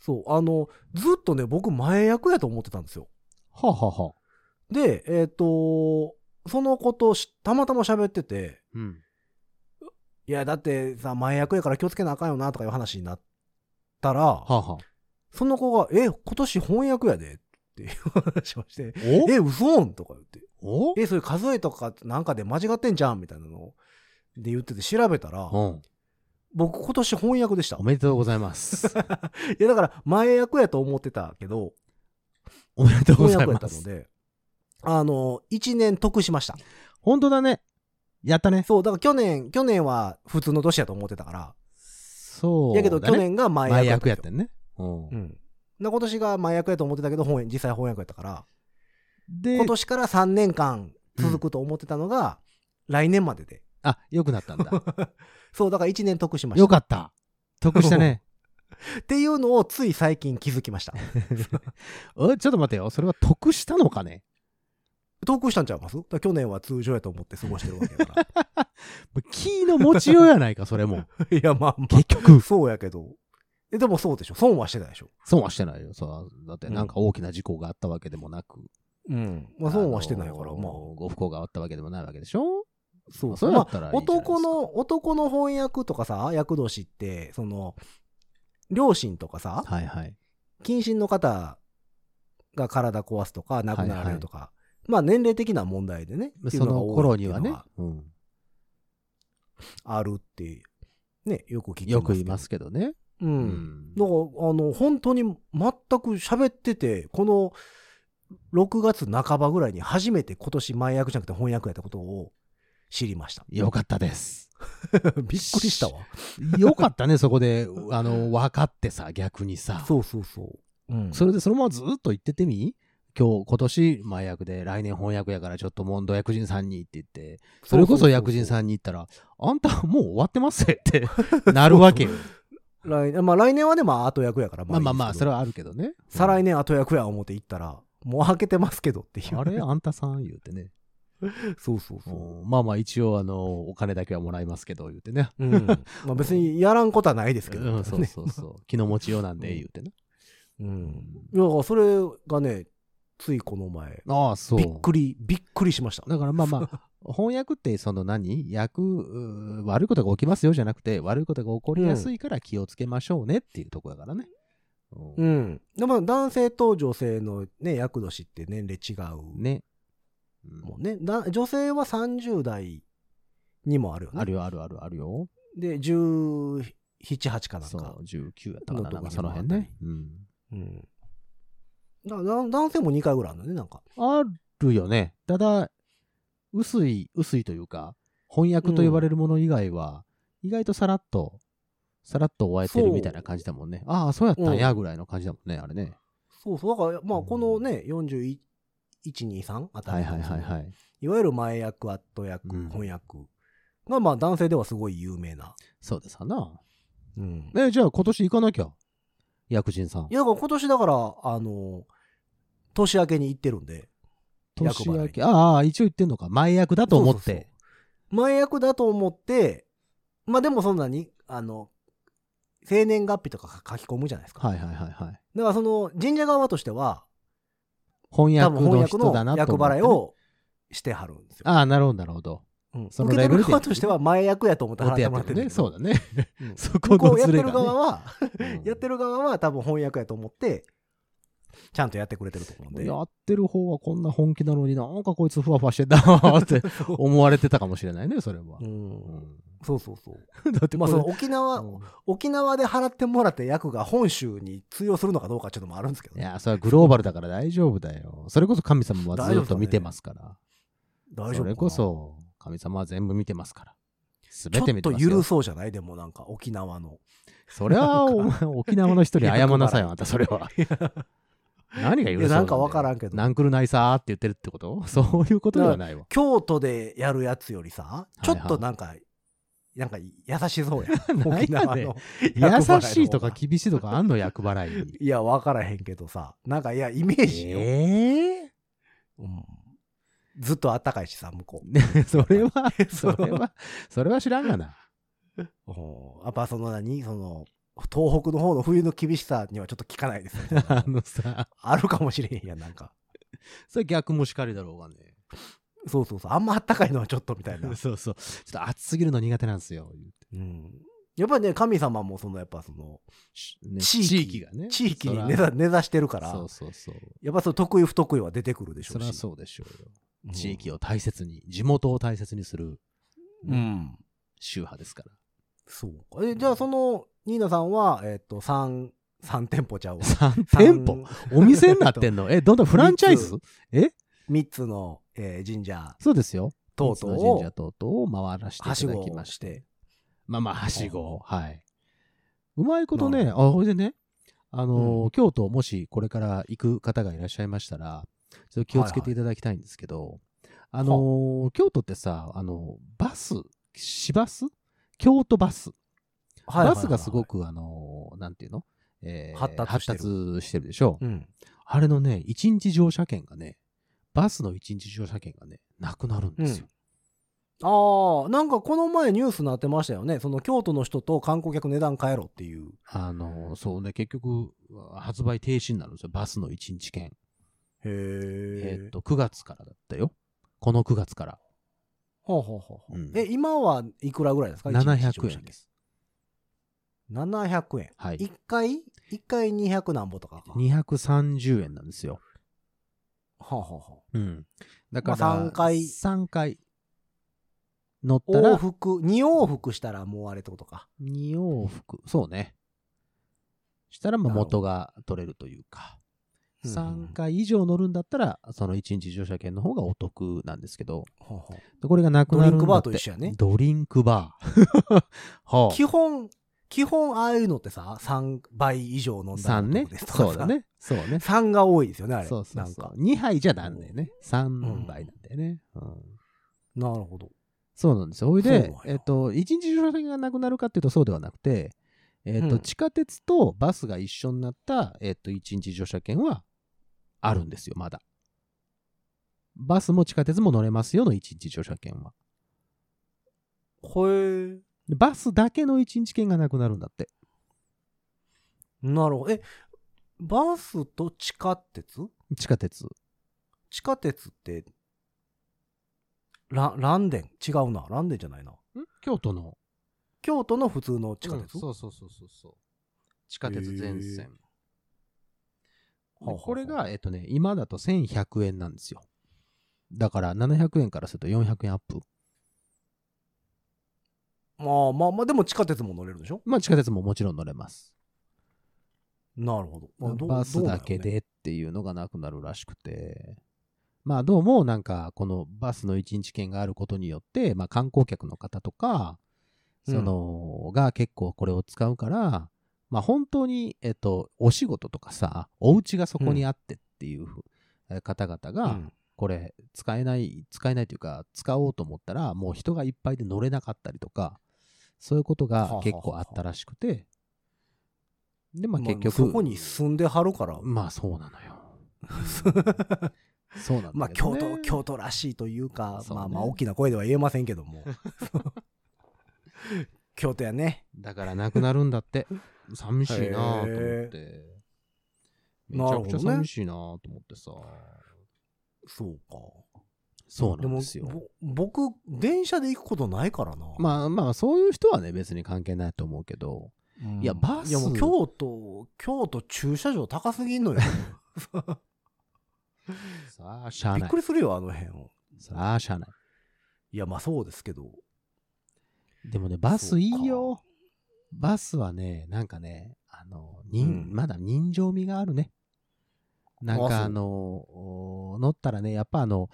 Speaker 2: そう、あの、ずっとね、僕、前役やと思ってたんですよ。
Speaker 3: あ、はあはあ、
Speaker 2: で、えっと、そのことをしたまたま喋ってて、
Speaker 3: うん。
Speaker 2: いや、だってさ、前役やから気をつけなあかんよなとかいう話になったら、
Speaker 3: はあ、はあ、
Speaker 2: その子が、え、今年翻訳やでっていう話をして、え、嘘んとか言って、
Speaker 3: おお
Speaker 2: え、それ数えとかなんかで間違ってんじゃんみたいなので言ってて調べたら、
Speaker 3: うん。
Speaker 2: 僕今年翻訳でした。
Speaker 3: お
Speaker 2: い
Speaker 3: めでとうございます。
Speaker 2: や、だから前役やと思ってたけど、
Speaker 3: おめでとうご
Speaker 2: 翻
Speaker 3: ざい
Speaker 2: 訳やっ
Speaker 3: ま
Speaker 2: たの
Speaker 3: す。
Speaker 2: で、あの、1年得しました。
Speaker 3: 本当だね。やったね。
Speaker 2: そう、だから去年、去年は普通の年やと思ってたから、
Speaker 3: そうだ
Speaker 2: や
Speaker 3: ね。
Speaker 2: けど去年が前
Speaker 3: 前
Speaker 2: 役
Speaker 3: 役や
Speaker 2: っ
Speaker 3: ったたんね。うん
Speaker 2: うん。な今年が前役やと思ってたけど、本実際翻訳やったから、
Speaker 3: で、
Speaker 2: 今年から3年間続くと思ってたのが、来年までで。
Speaker 3: あ、良く なったんだ。
Speaker 2: そう、だから1年得しまし
Speaker 3: よ
Speaker 2: た。
Speaker 3: かった。得したね。
Speaker 2: っていうのをつい最近気づきました。
Speaker 3: おいちょっと待てよ。それは得したのかね
Speaker 2: 得したんちゃいますだから去年は通常やと思って過 ごしてるわけだから。
Speaker 3: キーの持ちようやないか、それも。
Speaker 2: いや、 まあま
Speaker 3: 結局
Speaker 2: あ、、そうやけど。え、でもそうでしょ。損はしてないでしょ。
Speaker 3: 損はしてないよ。そうだって、なんか大きな事故があったわけでもなく。
Speaker 2: うん。まあ、損はしてないから、
Speaker 3: あの
Speaker 2: まあ。
Speaker 3: ご不幸があったわけでもないわけでしょ
Speaker 2: そう
Speaker 3: そ
Speaker 2: そうう。
Speaker 3: だ
Speaker 2: ま
Speaker 3: ったらい
Speaker 2: あ
Speaker 3: い、じゃないですか
Speaker 2: 男の、男の翻訳とかさ、役年って、その、両親とかさ、
Speaker 3: はいはい。
Speaker 2: 近親の方が体壊すとか、亡くなられるとか、まあ年齢的な問題でね、っていう
Speaker 3: そ
Speaker 2: が
Speaker 3: の
Speaker 2: 多い
Speaker 3: 頃には
Speaker 2: っていう
Speaker 3: ね
Speaker 2: のが、
Speaker 3: うん、
Speaker 2: あるって、ね、よく聞きます。
Speaker 3: よく言いま。すけどね。
Speaker 2: う。
Speaker 3: うん
Speaker 2: だから、あの、本当に全く喋ってて、この6月半ばぐらいに初めて今年前役じゃなくて翻訳やったことを知りました。
Speaker 3: よかったです。
Speaker 2: びっくりしたわ。
Speaker 3: よかったね、そこで、あの、分かってさ、逆にさ。
Speaker 2: そうそうそう。うん。
Speaker 3: それでそのままずっと言ってってみ今日、今年、前役で、来年翻訳やから、ちょっと問答役人さんにって言って、それこそ役人さ
Speaker 2: ん。
Speaker 3: んに言ったら、あんたもう終わってますって なるわ けよ。
Speaker 2: 来年、まあ来年はね、まあ後役やから。
Speaker 3: まあまあまあ、それ
Speaker 2: は。
Speaker 3: はあるけどね。
Speaker 2: 再来年後役や思って行ったら、もう開けてますけどっていう。
Speaker 3: あれあんたさん言うてね。
Speaker 2: そうそうそう。
Speaker 3: うんまあまあ、一応、あの、お金だけはもらいますけど、言うてね。
Speaker 2: うん。まあ別にやらんことはないですけど。
Speaker 3: うん、そう
Speaker 2: ね
Speaker 3: そうそう。気の持ちようなんで、
Speaker 2: うん
Speaker 3: 言うてね。
Speaker 2: うん。いや、だからそれがね、ついこの前、
Speaker 3: ああ、そう。
Speaker 2: びっくり、びっくりしました。
Speaker 3: だからまあま あ、翻訳ってその何訳、うー悪いことが起きますよじゃなくて、悪いことが起こりやすいから気をつけましょうねっていうところだからね。う
Speaker 2: うんん。でも男性と女性のね、役年って年齢違う
Speaker 3: ね、うん
Speaker 2: もんね。だ女性は30代にもあるよね。
Speaker 3: あるよあるあるあるよ。
Speaker 2: で、17、8かなん
Speaker 3: そ
Speaker 2: か。
Speaker 3: う、19やったか
Speaker 2: の
Speaker 3: な、
Speaker 2: と
Speaker 3: な
Speaker 2: こ
Speaker 3: ん
Speaker 2: に
Speaker 3: かその辺ね。うん、
Speaker 2: うん。だだ男性も2回ぐらいあるのね、なんか。
Speaker 3: あるよね。ただ、薄い、薄いというか、翻訳と呼ばれるもの以外は、意外とさらっと、さらっと終えてるみたいな感じだもんね。ああ、そうやったんや、ぐらいの感じだもんね、あれね。
Speaker 2: そうそう。だから、まあ、このね、41、123あた
Speaker 3: はい
Speaker 2: り、
Speaker 3: はいはいはい。
Speaker 2: いわゆる前役、後役、
Speaker 3: うん
Speaker 2: 翻訳が、まあ、男性ではすごい有名な。
Speaker 3: そうですわな。
Speaker 2: うん。
Speaker 3: え、じゃあ今年行かなきゃ。薬人さん
Speaker 2: い。や、だから今年だから、あの、年明けに行ってるんで、
Speaker 3: 年
Speaker 2: 役
Speaker 3: 明
Speaker 2: 払い
Speaker 3: け。ああ、一応言ってんのか。前役だと思って。
Speaker 2: そうそうそう前役だと思って、まあでもそんなに、あの、生年月日とか書き込むじゃないですか。
Speaker 3: はいはいはいはい。
Speaker 2: だからその神社側としては、
Speaker 3: 翻
Speaker 2: 多
Speaker 3: 訳
Speaker 2: 分翻
Speaker 3: の
Speaker 2: 訳
Speaker 3: 人
Speaker 2: の
Speaker 3: だなと
Speaker 2: 役
Speaker 3: 思って
Speaker 2: 払
Speaker 3: ね、
Speaker 2: いをしてはるんですよ。
Speaker 3: ああ、なるほどなるほど。
Speaker 2: うん
Speaker 3: その
Speaker 2: 受け
Speaker 3: レベ
Speaker 2: 取る
Speaker 3: ルで
Speaker 2: 側としては前役やと思って
Speaker 3: お
Speaker 2: 払っ
Speaker 3: 手
Speaker 2: て
Speaker 3: 当
Speaker 2: もらってて
Speaker 3: る
Speaker 2: る
Speaker 3: ね。そう
Speaker 2: だ
Speaker 3: だね。
Speaker 2: けど。うん
Speaker 3: そこ
Speaker 2: 向こう
Speaker 3: の
Speaker 2: やっ
Speaker 3: ズ
Speaker 2: て
Speaker 3: レ
Speaker 2: る
Speaker 3: が、
Speaker 2: 側
Speaker 3: ね。
Speaker 2: は、
Speaker 3: うん
Speaker 2: やってる側は多分翻訳やと思って、ちゃんとやってくれてると思うんで。
Speaker 3: やってる方はこんな本気なのになんかこいつふわふわしてんだなって思われてたかもしれないね、それは
Speaker 2: う。ん、
Speaker 3: う
Speaker 2: そうそうそう。
Speaker 3: んだって
Speaker 2: まあ
Speaker 3: こ
Speaker 2: そ
Speaker 3: れ
Speaker 2: の沖縄、
Speaker 3: うん
Speaker 2: 沖縄で払ってもらった役が本州に通用するのかどうかちょっともあるんですけど
Speaker 3: い
Speaker 2: ね。
Speaker 3: や、それはグローバルだから大丈夫だよ。それこそ神様はずっと見てますから。
Speaker 2: 大丈夫かな
Speaker 3: それこそ神様は全部見てますから。す
Speaker 2: ち
Speaker 3: べ
Speaker 2: ょ
Speaker 3: て見
Speaker 2: ってと
Speaker 3: ますよ。
Speaker 2: 緩そうじゃないでもなんか沖縄の。
Speaker 3: それはお前沖縄の人に謝ん なさいよ、あんたそれは。何が許
Speaker 2: い
Speaker 3: そう
Speaker 2: やなんかわからんけど
Speaker 3: なんくるないさーって言ってるってこと そういうことで はないわ。
Speaker 2: 京都でやるやつよりさ、ちょっ
Speaker 3: はいは
Speaker 2: と
Speaker 3: い
Speaker 2: なんか、なんか優しそうや
Speaker 3: なん
Speaker 2: ん。
Speaker 3: やねん
Speaker 2: 沖縄の。
Speaker 3: 優しいとか厳しいとかあんの役払いに。
Speaker 2: いや、わからへんけどさ、なん かいや、イメージよ。
Speaker 3: え
Speaker 2: うんずっとあったかいしさ、向こう。
Speaker 3: ー それ は、それは、それは知らんがな。
Speaker 2: うんやっぱその何その、東北の方の冬の厳しさにはちょっと効かないです よ
Speaker 3: あのさ、
Speaker 2: あるかもしれへんやん、なんか。
Speaker 3: それ逆もしかりだろうがね。。
Speaker 2: そうそうそう。あんまあったかいのはちょっとみたいな
Speaker 3: そうそう。ちょっと暑すぎるの苦手なんですよ。言うて
Speaker 2: うん。やっぱりね、神様もその、やっぱその、
Speaker 3: しね
Speaker 2: 地域
Speaker 3: 地域がね。
Speaker 2: 地域に
Speaker 3: そら
Speaker 2: 根ざ根ざしてるから、
Speaker 3: そうそうそう。
Speaker 2: やっぱその得意不得意は出てくるでしょ
Speaker 3: そうりゃ
Speaker 2: し。
Speaker 3: そうでしょうよ。
Speaker 2: うん
Speaker 3: 地域を大切に、地元を大切にする
Speaker 2: うん。
Speaker 3: 宗派ですから。。
Speaker 2: そうか。え、じゃあその、ニーナさんは、えっ、と、3、三店舗ちゃうわ
Speaker 3: 3店 舗お店になってん のえ、どんどんフランチャイズえ
Speaker 2: ?3 つの、えー神社
Speaker 3: そうですよ。
Speaker 2: 等々
Speaker 3: 三つの神社
Speaker 2: を、
Speaker 3: 等々を回らせて
Speaker 2: はいした
Speaker 3: だ
Speaker 2: ご
Speaker 3: きまし。
Speaker 2: してて。
Speaker 3: まあまあ、はしご。はい。うまいことね、
Speaker 2: なる
Speaker 3: あ、ほいでね、あのー
Speaker 2: う
Speaker 3: 京都もしこれから行く方がいらっしゃいましたら、ちょっと気をつけていただきたいんですけど、あのー京都ってさ、あのーバス、市バス京都バス。
Speaker 2: はいはいはいはい
Speaker 3: バスがすご。く、あのーなんていうの、えー
Speaker 2: 発達してる
Speaker 3: 発達してるでしょ、
Speaker 2: うん。
Speaker 3: あれのね、一日乗車券がね、バスの一日乗車券がね、なくなるんですよ。
Speaker 2: ああ、なんかこの前ニュースなってましたよね。その京都の人と観光客値段変えろっていう。
Speaker 3: あのーそうね、結局、発売停止になるんですよ、バスの一日券。
Speaker 2: へ
Speaker 3: えーっ
Speaker 2: え。
Speaker 3: と、9月からだったよ。この9月から。
Speaker 2: ほうほうほうほう、
Speaker 3: うん
Speaker 2: え、今はいくらぐらいですか
Speaker 3: 700円で。す。
Speaker 2: 一日乗車券700円。
Speaker 3: はい。
Speaker 2: 一回一回200何ぼとかか。は
Speaker 3: 230円なんですよ。
Speaker 2: あ、はあは
Speaker 3: うん。だから、
Speaker 2: まあ三回
Speaker 3: 三回乗っ
Speaker 2: あ、
Speaker 3: た
Speaker 2: 往
Speaker 3: ら、
Speaker 2: 復、2往復したらもうあれってことか。
Speaker 3: 2往復。そうね。したら、まあ元が取れるというか、
Speaker 2: うん
Speaker 3: 3回以上乗るんだったら、その1日乗車券の方がお得なんですけど、
Speaker 2: ほうほう
Speaker 3: でこれがなくなるんだ
Speaker 2: ドリン
Speaker 3: って
Speaker 2: クバーと一緒やね
Speaker 3: ドリンクバ ー。は
Speaker 2: 基本、基本ああいうのってさ、3倍以上飲んだら
Speaker 3: 3ね
Speaker 2: 男です。とかさ
Speaker 3: そうだ。ね。そうね。
Speaker 2: 3が多いですよね、あれ。
Speaker 3: そうそう
Speaker 2: な
Speaker 3: そ
Speaker 2: んか
Speaker 3: う。2杯じゃなんだよね。3杯なんだよね。うん
Speaker 2: なるほど。
Speaker 3: そうなんですよ。おい
Speaker 2: そうなん
Speaker 3: で
Speaker 2: や、
Speaker 3: えっと、一日乗車券がなくなるかっていうとそうではなくて、えっ
Speaker 2: う
Speaker 3: と、
Speaker 2: ん
Speaker 3: 地下鉄とバスが一緒になった、えっと、一日乗車券はあるんですよ、まだ。バスも地下鉄も乗れますよの一日乗車券は。
Speaker 2: ほえ。
Speaker 3: でバスだけの一日券がなくなるんだって。
Speaker 2: なるほど。え、バスと地下鉄
Speaker 3: 地下鉄。
Speaker 2: 地下鉄って、ラ、ランデン違うな。ランデンじゃないな。
Speaker 3: 京都の
Speaker 2: 京都の普通の地下鉄、
Speaker 3: うんそうそうそうそうそう地下鉄全
Speaker 2: へー
Speaker 3: 線、
Speaker 2: はあはあ
Speaker 3: これがえっとね今だと1100円なんですよだから700円からすると400円アップ
Speaker 2: まあまあまあ、でも地下鉄も乗れるでしょ
Speaker 3: まあ地下鉄ももちろん乗れます
Speaker 2: なるほど。まあどう
Speaker 3: バスだけ。でっていうのがなくなるらしくてまあどうもなんかこのバスの1日券があることによって、まあ、観光客の方とか
Speaker 2: うん
Speaker 3: その、が結構これを使うからまあ本当にえっとお仕事とかさお家がそこにあってっていうふう、え方々
Speaker 2: どうなん
Speaker 3: が
Speaker 2: やろうね
Speaker 3: これ使えない使えないというか使おうと思ったらもう人がいっぱいで乗れなかったりとかそういうことが結構あったらしくてでま
Speaker 2: うん
Speaker 3: あ結
Speaker 2: まあ
Speaker 3: 局
Speaker 2: そこに住んではるから。
Speaker 3: まあそうなの よ。そうなんだけど、ね。
Speaker 2: まあ、京都、京都らしいというか、
Speaker 3: そうね
Speaker 2: まあまあ、大きな声では言えませんけども。 京都やね。
Speaker 3: だからなくなるんだって。寂しいなあと思っ
Speaker 2: へ
Speaker 3: て。めち
Speaker 2: なる
Speaker 3: ゃ
Speaker 2: ほどね
Speaker 3: くちゃ寂しいなあと思ってさ。
Speaker 2: そうか。
Speaker 3: そう
Speaker 2: で
Speaker 3: なん
Speaker 2: も
Speaker 3: ですよ。、
Speaker 2: ぼ僕、電車で行くことないからな。
Speaker 3: まあまあ、そういう人はね、別に関係ないと思うけど。
Speaker 2: うん
Speaker 3: いやバス
Speaker 2: いやもう京都、京都駐車場高すぎんのよ。
Speaker 3: さあ、し ゃあ
Speaker 2: びっ
Speaker 3: ない
Speaker 2: く。りするよ、あの辺を。
Speaker 3: さあ、しゃあない。
Speaker 2: いや、まあそうですけど。
Speaker 3: でもね、バスいい
Speaker 2: そう
Speaker 3: よ。バスはね、なんかね、あの、人
Speaker 2: うん
Speaker 3: まだ人情味があるね。なん
Speaker 2: あそう
Speaker 3: かあの、お乗ったらね、やっぱあの、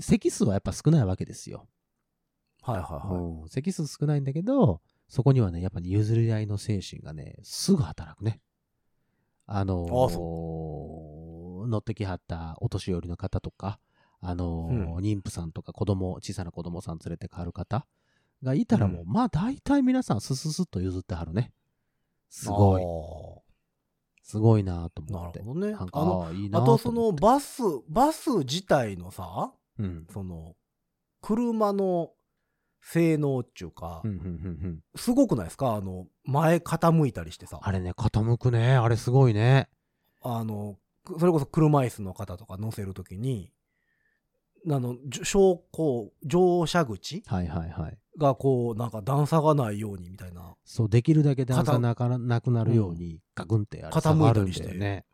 Speaker 3: 席数はやっぱ少ないわけですよ。
Speaker 2: はいはいはい。
Speaker 3: うん席数少ないんだけど、そこにはね、やっぱり譲り合いの精神がね、すぐ働くね。あのー
Speaker 2: あ
Speaker 3: 乗ってきはったお年寄りの方とか、あの
Speaker 2: う
Speaker 3: ー
Speaker 2: ん
Speaker 3: 妊婦さんとか子供、小さな子供さん連れて帰る方がいたらもう、まあ大体皆さんスススッと譲ってはるね。すごい。
Speaker 2: い。
Speaker 3: すごいなと
Speaker 2: な
Speaker 3: 思っ
Speaker 2: る
Speaker 3: て。
Speaker 2: ほどね。
Speaker 3: なんか、
Speaker 2: あの、
Speaker 3: ああいいな
Speaker 2: あ
Speaker 3: ぁ
Speaker 2: と
Speaker 3: 思
Speaker 2: そ
Speaker 3: って
Speaker 2: のバス、バス自体のさ、
Speaker 3: うん。
Speaker 2: その、車の性能っていうか、
Speaker 3: うんうんうんうん
Speaker 2: すごくないですかあの、前傾いたりしてさ、
Speaker 3: あれね、傾くね。あれすごいね。
Speaker 2: あの、くそれこそ車椅子の方とか乗せるときに、あの、じょ昇降、乗車口
Speaker 3: はいはいはい。
Speaker 2: がこう、なんか段差がないようにみたいな。
Speaker 3: そう、できるだけ段差
Speaker 2: 片
Speaker 3: なからなくなるように、ガクンってあれ下
Speaker 2: 傾
Speaker 3: が
Speaker 2: いた
Speaker 3: るん
Speaker 2: りして
Speaker 3: だよね。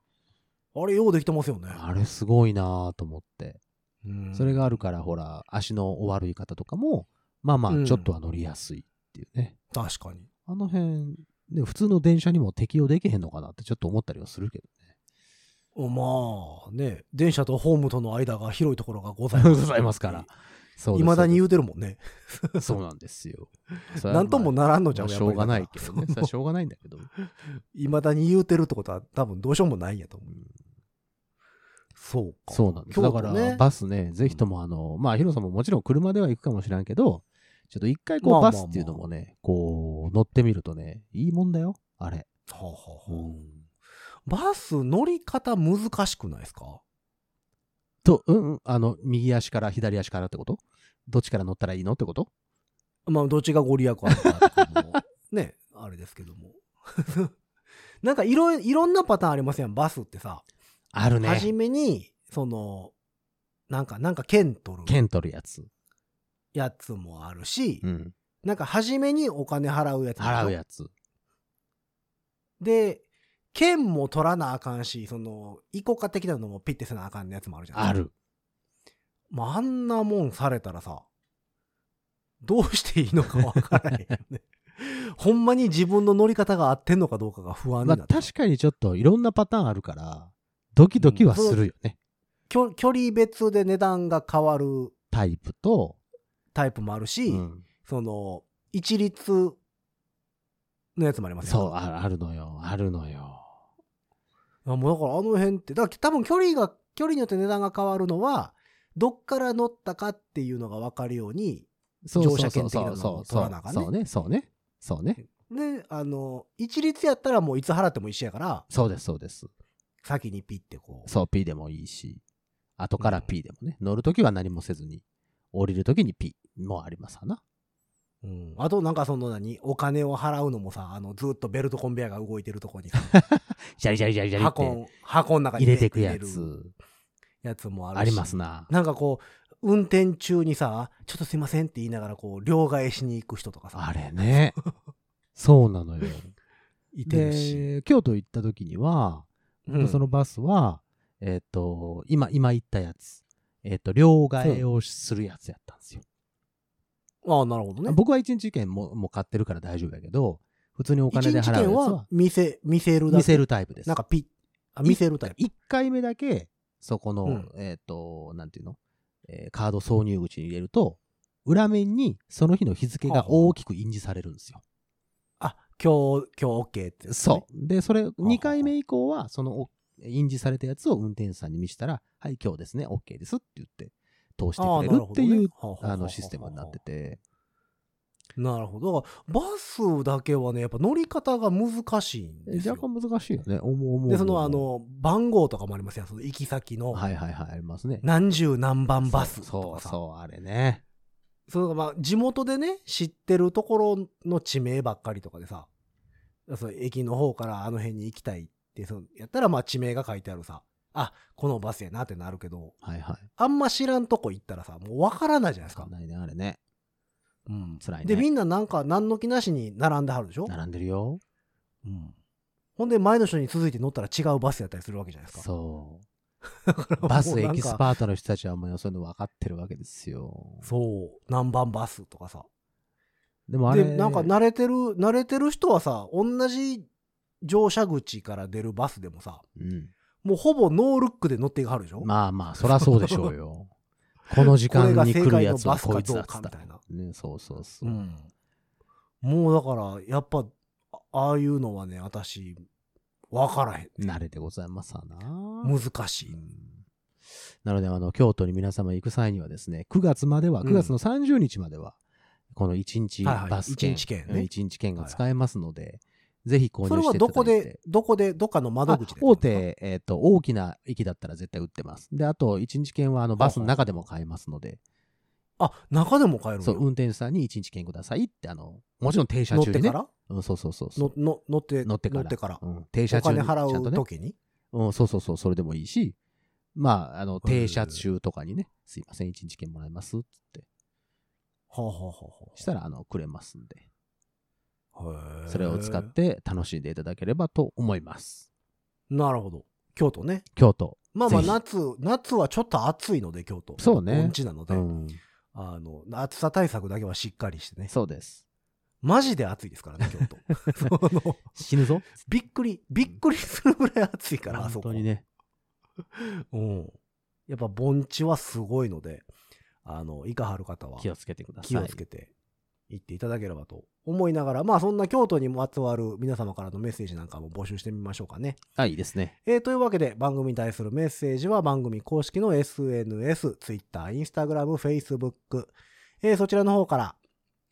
Speaker 2: あれようできてますよね。
Speaker 3: あれすごいなぁと思って。
Speaker 2: うん
Speaker 3: それがあるから、ほら、足のお悪い方とかも、まあま
Speaker 2: う
Speaker 3: あ、
Speaker 2: ん
Speaker 3: ちょっとは乗りやすいっていうね。
Speaker 2: 確かに。
Speaker 3: あの辺、ね、普通の電車にも適用できへんのかなってちょっと思ったりはするけどね。
Speaker 2: まあね、電車とホームとの間が広いところが ございま
Speaker 3: ご
Speaker 2: す。
Speaker 3: ざいますから。。そう
Speaker 2: い
Speaker 3: です
Speaker 2: まだに言うてるもんね。
Speaker 3: そうなんで すよ。それは
Speaker 2: なんともならんのじゃ
Speaker 3: まあ
Speaker 2: ん、
Speaker 3: しょうがないけど ね。それはしょうがないんだけど。
Speaker 2: いまだに言うてるってことは多分どうしようもないんやと思う。そうか。
Speaker 3: そうなんです。
Speaker 2: 京
Speaker 3: だ
Speaker 2: 都
Speaker 3: か
Speaker 2: ね
Speaker 3: ら、バスね、ぜひとも、あの、まあ、ヒロさんももちろん車では行くかもしらんけど、ちょっと一回こ
Speaker 2: ま
Speaker 3: う、
Speaker 2: あまあ
Speaker 3: バ
Speaker 2: まあ
Speaker 3: スっていうのもね、こう、乗ってみるとね、いいもんだよ、あれ。
Speaker 2: はあはあはあバス乗り方難しくないですか
Speaker 3: と、うん、うん、あの、右足から左足からってことどっちから乗ったらいいのってこと
Speaker 2: まあ、どっちがご利益あるかとかも、 ね、あれですけども。 なんかいろい、いろんなパターンありますやん、バスってさ。
Speaker 3: ある
Speaker 2: 初
Speaker 3: ね。
Speaker 2: めに、その、なんか、なんか剣取る。
Speaker 3: 剣取るやつ。
Speaker 2: やつもあるし、
Speaker 3: うん。
Speaker 2: なんか初めにお金払うやつもあ
Speaker 3: 払
Speaker 2: る
Speaker 3: うやつ。
Speaker 2: で券も取らなあかんしそのイコカ的なのもピッてせなあかんやつもあるじゃん
Speaker 3: ある。
Speaker 2: まあ、あんなもんされたらさ、どうしていいのかわからへんよね。 ほんまに自分の乗り方が合ってんのかどうかが不安に
Speaker 3: ま
Speaker 2: な
Speaker 3: あ
Speaker 2: って、
Speaker 3: 確かにちょっといろんなパターンあるから、ドキドキはするよね。
Speaker 2: 距距離別で値段が変わる
Speaker 3: タイプと、
Speaker 2: タイプもあるし、
Speaker 3: うん
Speaker 2: その、一律のやつもありますよ
Speaker 3: そう、ああるのよ。あるのよ。
Speaker 2: あもうだからあの辺って、だから多分距離が、距離によって値段が変わるのは、どっから乗ったかっていうのが分かるように、
Speaker 3: そうそうそう
Speaker 2: 乗車券的なのを
Speaker 3: そう
Speaker 2: 取
Speaker 3: そ
Speaker 2: ら
Speaker 3: う
Speaker 2: なあかんね
Speaker 3: そうね。そうね。そうね。
Speaker 2: で、あの、一律やったらもういつ払っても一緒やから、
Speaker 3: そうです、そうです。
Speaker 2: 先にピッてこう、
Speaker 3: そう、P でもいいし、後から P でもね。乗るときは何もせずに、降りるときに P もありますわな。
Speaker 2: うん、あとなんかその何お金を払うのもさあのずっとベルトコンベヤーが動いてるとこにさ
Speaker 3: ジャリジャリジャリジャリって
Speaker 2: 箱箱の中に
Speaker 3: 入れていくや
Speaker 2: 入れる
Speaker 3: つ、
Speaker 2: やつもあるし
Speaker 3: ありま すな。
Speaker 2: なんかこう運転中にさちょっとすいませんって言いながらこう両替しに行く人とかさ
Speaker 3: あれね。そうなのよ。
Speaker 2: いてるし、
Speaker 3: で、京都行った時には、
Speaker 2: うん
Speaker 3: そのバスは、えっ、と、今、今言ったやつ、えっ、と、両替をするやつやったんですよ。
Speaker 2: ああなるほどね
Speaker 3: 僕は一日券ももう買ってるから大丈夫やけど、普通にお金で
Speaker 2: 一日
Speaker 3: 払うやつ
Speaker 2: 券
Speaker 3: は
Speaker 2: は、見せ見せるだけ
Speaker 3: 見せるタイプです。
Speaker 2: なんかピッあ見せるタイプ
Speaker 3: 1回目だけ、そこの、
Speaker 2: うん
Speaker 3: えっ、と、なんていうの、えーカード挿入口に入れると、裏面にその日の日付が大きく印字されるんですよ。
Speaker 2: あ今日今日 OK って、
Speaker 3: そう。で、それ、
Speaker 2: は
Speaker 3: 2回目以降は、そのお印字されたやつを運転手さんに見せたら、はい、今日ですね、OK ですって言って、通して
Speaker 2: ああ
Speaker 3: く
Speaker 2: なる
Speaker 3: れる
Speaker 2: ほ
Speaker 3: っ
Speaker 2: ど
Speaker 3: て
Speaker 2: ね
Speaker 3: いう、
Speaker 2: ははははは
Speaker 3: あの、システムになってて。
Speaker 2: なるほどだからバスだけはねやっぱ乗り方が難しいんですよ
Speaker 3: 若干難しいよね。思う思う。
Speaker 2: でそのあ、の番号とかもありますよその行き先の
Speaker 3: はいはいはい、ありますね。
Speaker 2: 何十何番バスと
Speaker 3: そう
Speaker 2: か
Speaker 3: そう
Speaker 2: さ
Speaker 3: そう、あれね。
Speaker 2: そのまあ地元でね知ってるところの地名ばっかりとかでさその駅の方からあの辺に行きたいってそのやったらまあ地名が書いてあるさあこのバスやなってなるけど
Speaker 3: はいはい。
Speaker 2: あんま知らんとこ行ったらさもうわからないじゃないですか
Speaker 3: わかん、ないね、あれね。
Speaker 2: うん
Speaker 3: 辛いね。
Speaker 2: でみんななんか何の気なしに並んではるでしょ、
Speaker 3: 並んでるよ。
Speaker 2: うんほんで前の人に続いて乗ったら違うバスやったりするわけじゃないですか
Speaker 3: そう。
Speaker 2: もう
Speaker 3: バス
Speaker 2: な
Speaker 3: エ
Speaker 2: んか
Speaker 3: キスパートの人たちはもうそういうの分かってるわけですよ。
Speaker 2: そう何番バスとかさ
Speaker 3: でもあれ、
Speaker 2: でなんか慣れてる慣れてる人はさ同じ乗車口から出るバスでもさ
Speaker 3: うん、
Speaker 2: もうほぼノールックで乗っていかはるでしょ、
Speaker 3: まあまあ、そらそうでしょう よ。この時間に来るやつはこいつだっつっ
Speaker 2: これが正解のバスかどうかみたいな
Speaker 3: ね、そうそうそうう。
Speaker 2: ん、もうだからやっぱあああいうのはね私分からへん
Speaker 3: 慣れでございますわな。
Speaker 2: 難し
Speaker 3: う
Speaker 2: い
Speaker 3: んなので、あの、京都に皆様行く際にはですね、9月までは、
Speaker 2: うん
Speaker 3: 9月の30日までは、この1日
Speaker 2: はいはい
Speaker 3: バス券、
Speaker 2: 一日券ね
Speaker 3: 一日券が使えますので、ぜひ購入
Speaker 2: それ
Speaker 3: し
Speaker 2: は
Speaker 3: てい
Speaker 2: ど
Speaker 3: た
Speaker 2: こ
Speaker 3: だいて
Speaker 2: で。どこでどっかの窓口で
Speaker 3: あ大手、えっ、と、大きな駅だったら絶対売ってます。で、あと、1日券は、あの、バスの中でも買えますので、
Speaker 2: あ中でも買えるの
Speaker 3: そう、運転手さんに1日券くださいって、あの、もちろん停車
Speaker 2: 乗っ
Speaker 3: 中
Speaker 2: て
Speaker 3: に
Speaker 2: か
Speaker 3: ね。
Speaker 2: ら
Speaker 3: うん、そうそうそうそう
Speaker 2: の。の乗って
Speaker 3: 乗ってから。うん、停車
Speaker 2: お
Speaker 3: 中に
Speaker 2: 金
Speaker 3: ちゃ
Speaker 2: 払
Speaker 3: んと
Speaker 2: う
Speaker 3: ね。
Speaker 2: 時に
Speaker 3: うん、そうそうそう、それでもいいし、まあ、あの、
Speaker 2: へー
Speaker 3: 停車中とかにね、すいません、1日券もらえますって、
Speaker 2: はあはあはあはあ
Speaker 3: したら、あの、くれますんで、
Speaker 2: へえ
Speaker 3: それを使って楽しんでいただければと思います。
Speaker 2: なるほど京都ね
Speaker 3: 京都。
Speaker 2: まあまあ
Speaker 3: ぜひ
Speaker 2: 夏夏はちょっと暑いので京都
Speaker 3: そうね
Speaker 2: 盆地なので、
Speaker 3: うん、
Speaker 2: あの暑さ対策だけはしっかりしてね
Speaker 3: そうです。
Speaker 2: マジで暑いですからね京 都その
Speaker 3: 死ぬぞ。
Speaker 2: びっくりびっくりするぐらい暑いから あそ
Speaker 3: 本
Speaker 2: こ
Speaker 3: 当にね。
Speaker 2: うん、やっぱ盆地はすごいのであの行かはる方は
Speaker 3: 気をつけてください。
Speaker 2: 気をつけて行っていただければと思いながら、まあそんな京都にまつわる皆様からのメッセージなんかも募集してみましょうかね。
Speaker 3: あ、いいですね。
Speaker 2: えーというわけで番組に対するメッセージは番組公式の SNS、Twitter、Instagram、Facebook、えーそちらの方から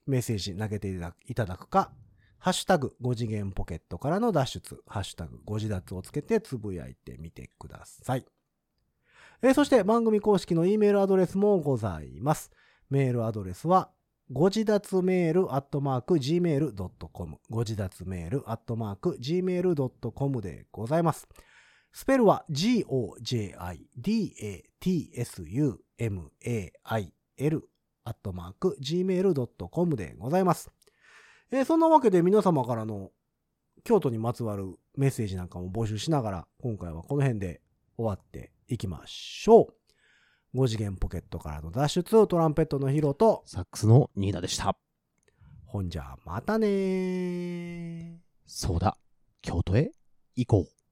Speaker 2: メッセージ投げていただいただくか、ハッシュタグ5次元ポケットからの脱出、ハッシュタグ5次脱をつけてつぶやいてみてください。えーそして番組公式の E メールアドレスもございます。メールアドレスは、ご自立メールアットマーク gmail.com。ご自立メールアットマーク gmail.com でございます。スペルは g-o-j-i-d-a-t-s-u-m-a-i-l アットマーク、gmail.com でございます。えーそんなわけで皆様からの京都にまつわるメッセージなんかも募集しながら、今回はこの辺で終わっていきましょう。5次元ポケットからの脱出、トランペットのヒロと、
Speaker 3: サックスのニーナでした。
Speaker 2: ほんじゃ、またねー。
Speaker 3: そうだ、京都へ行こう。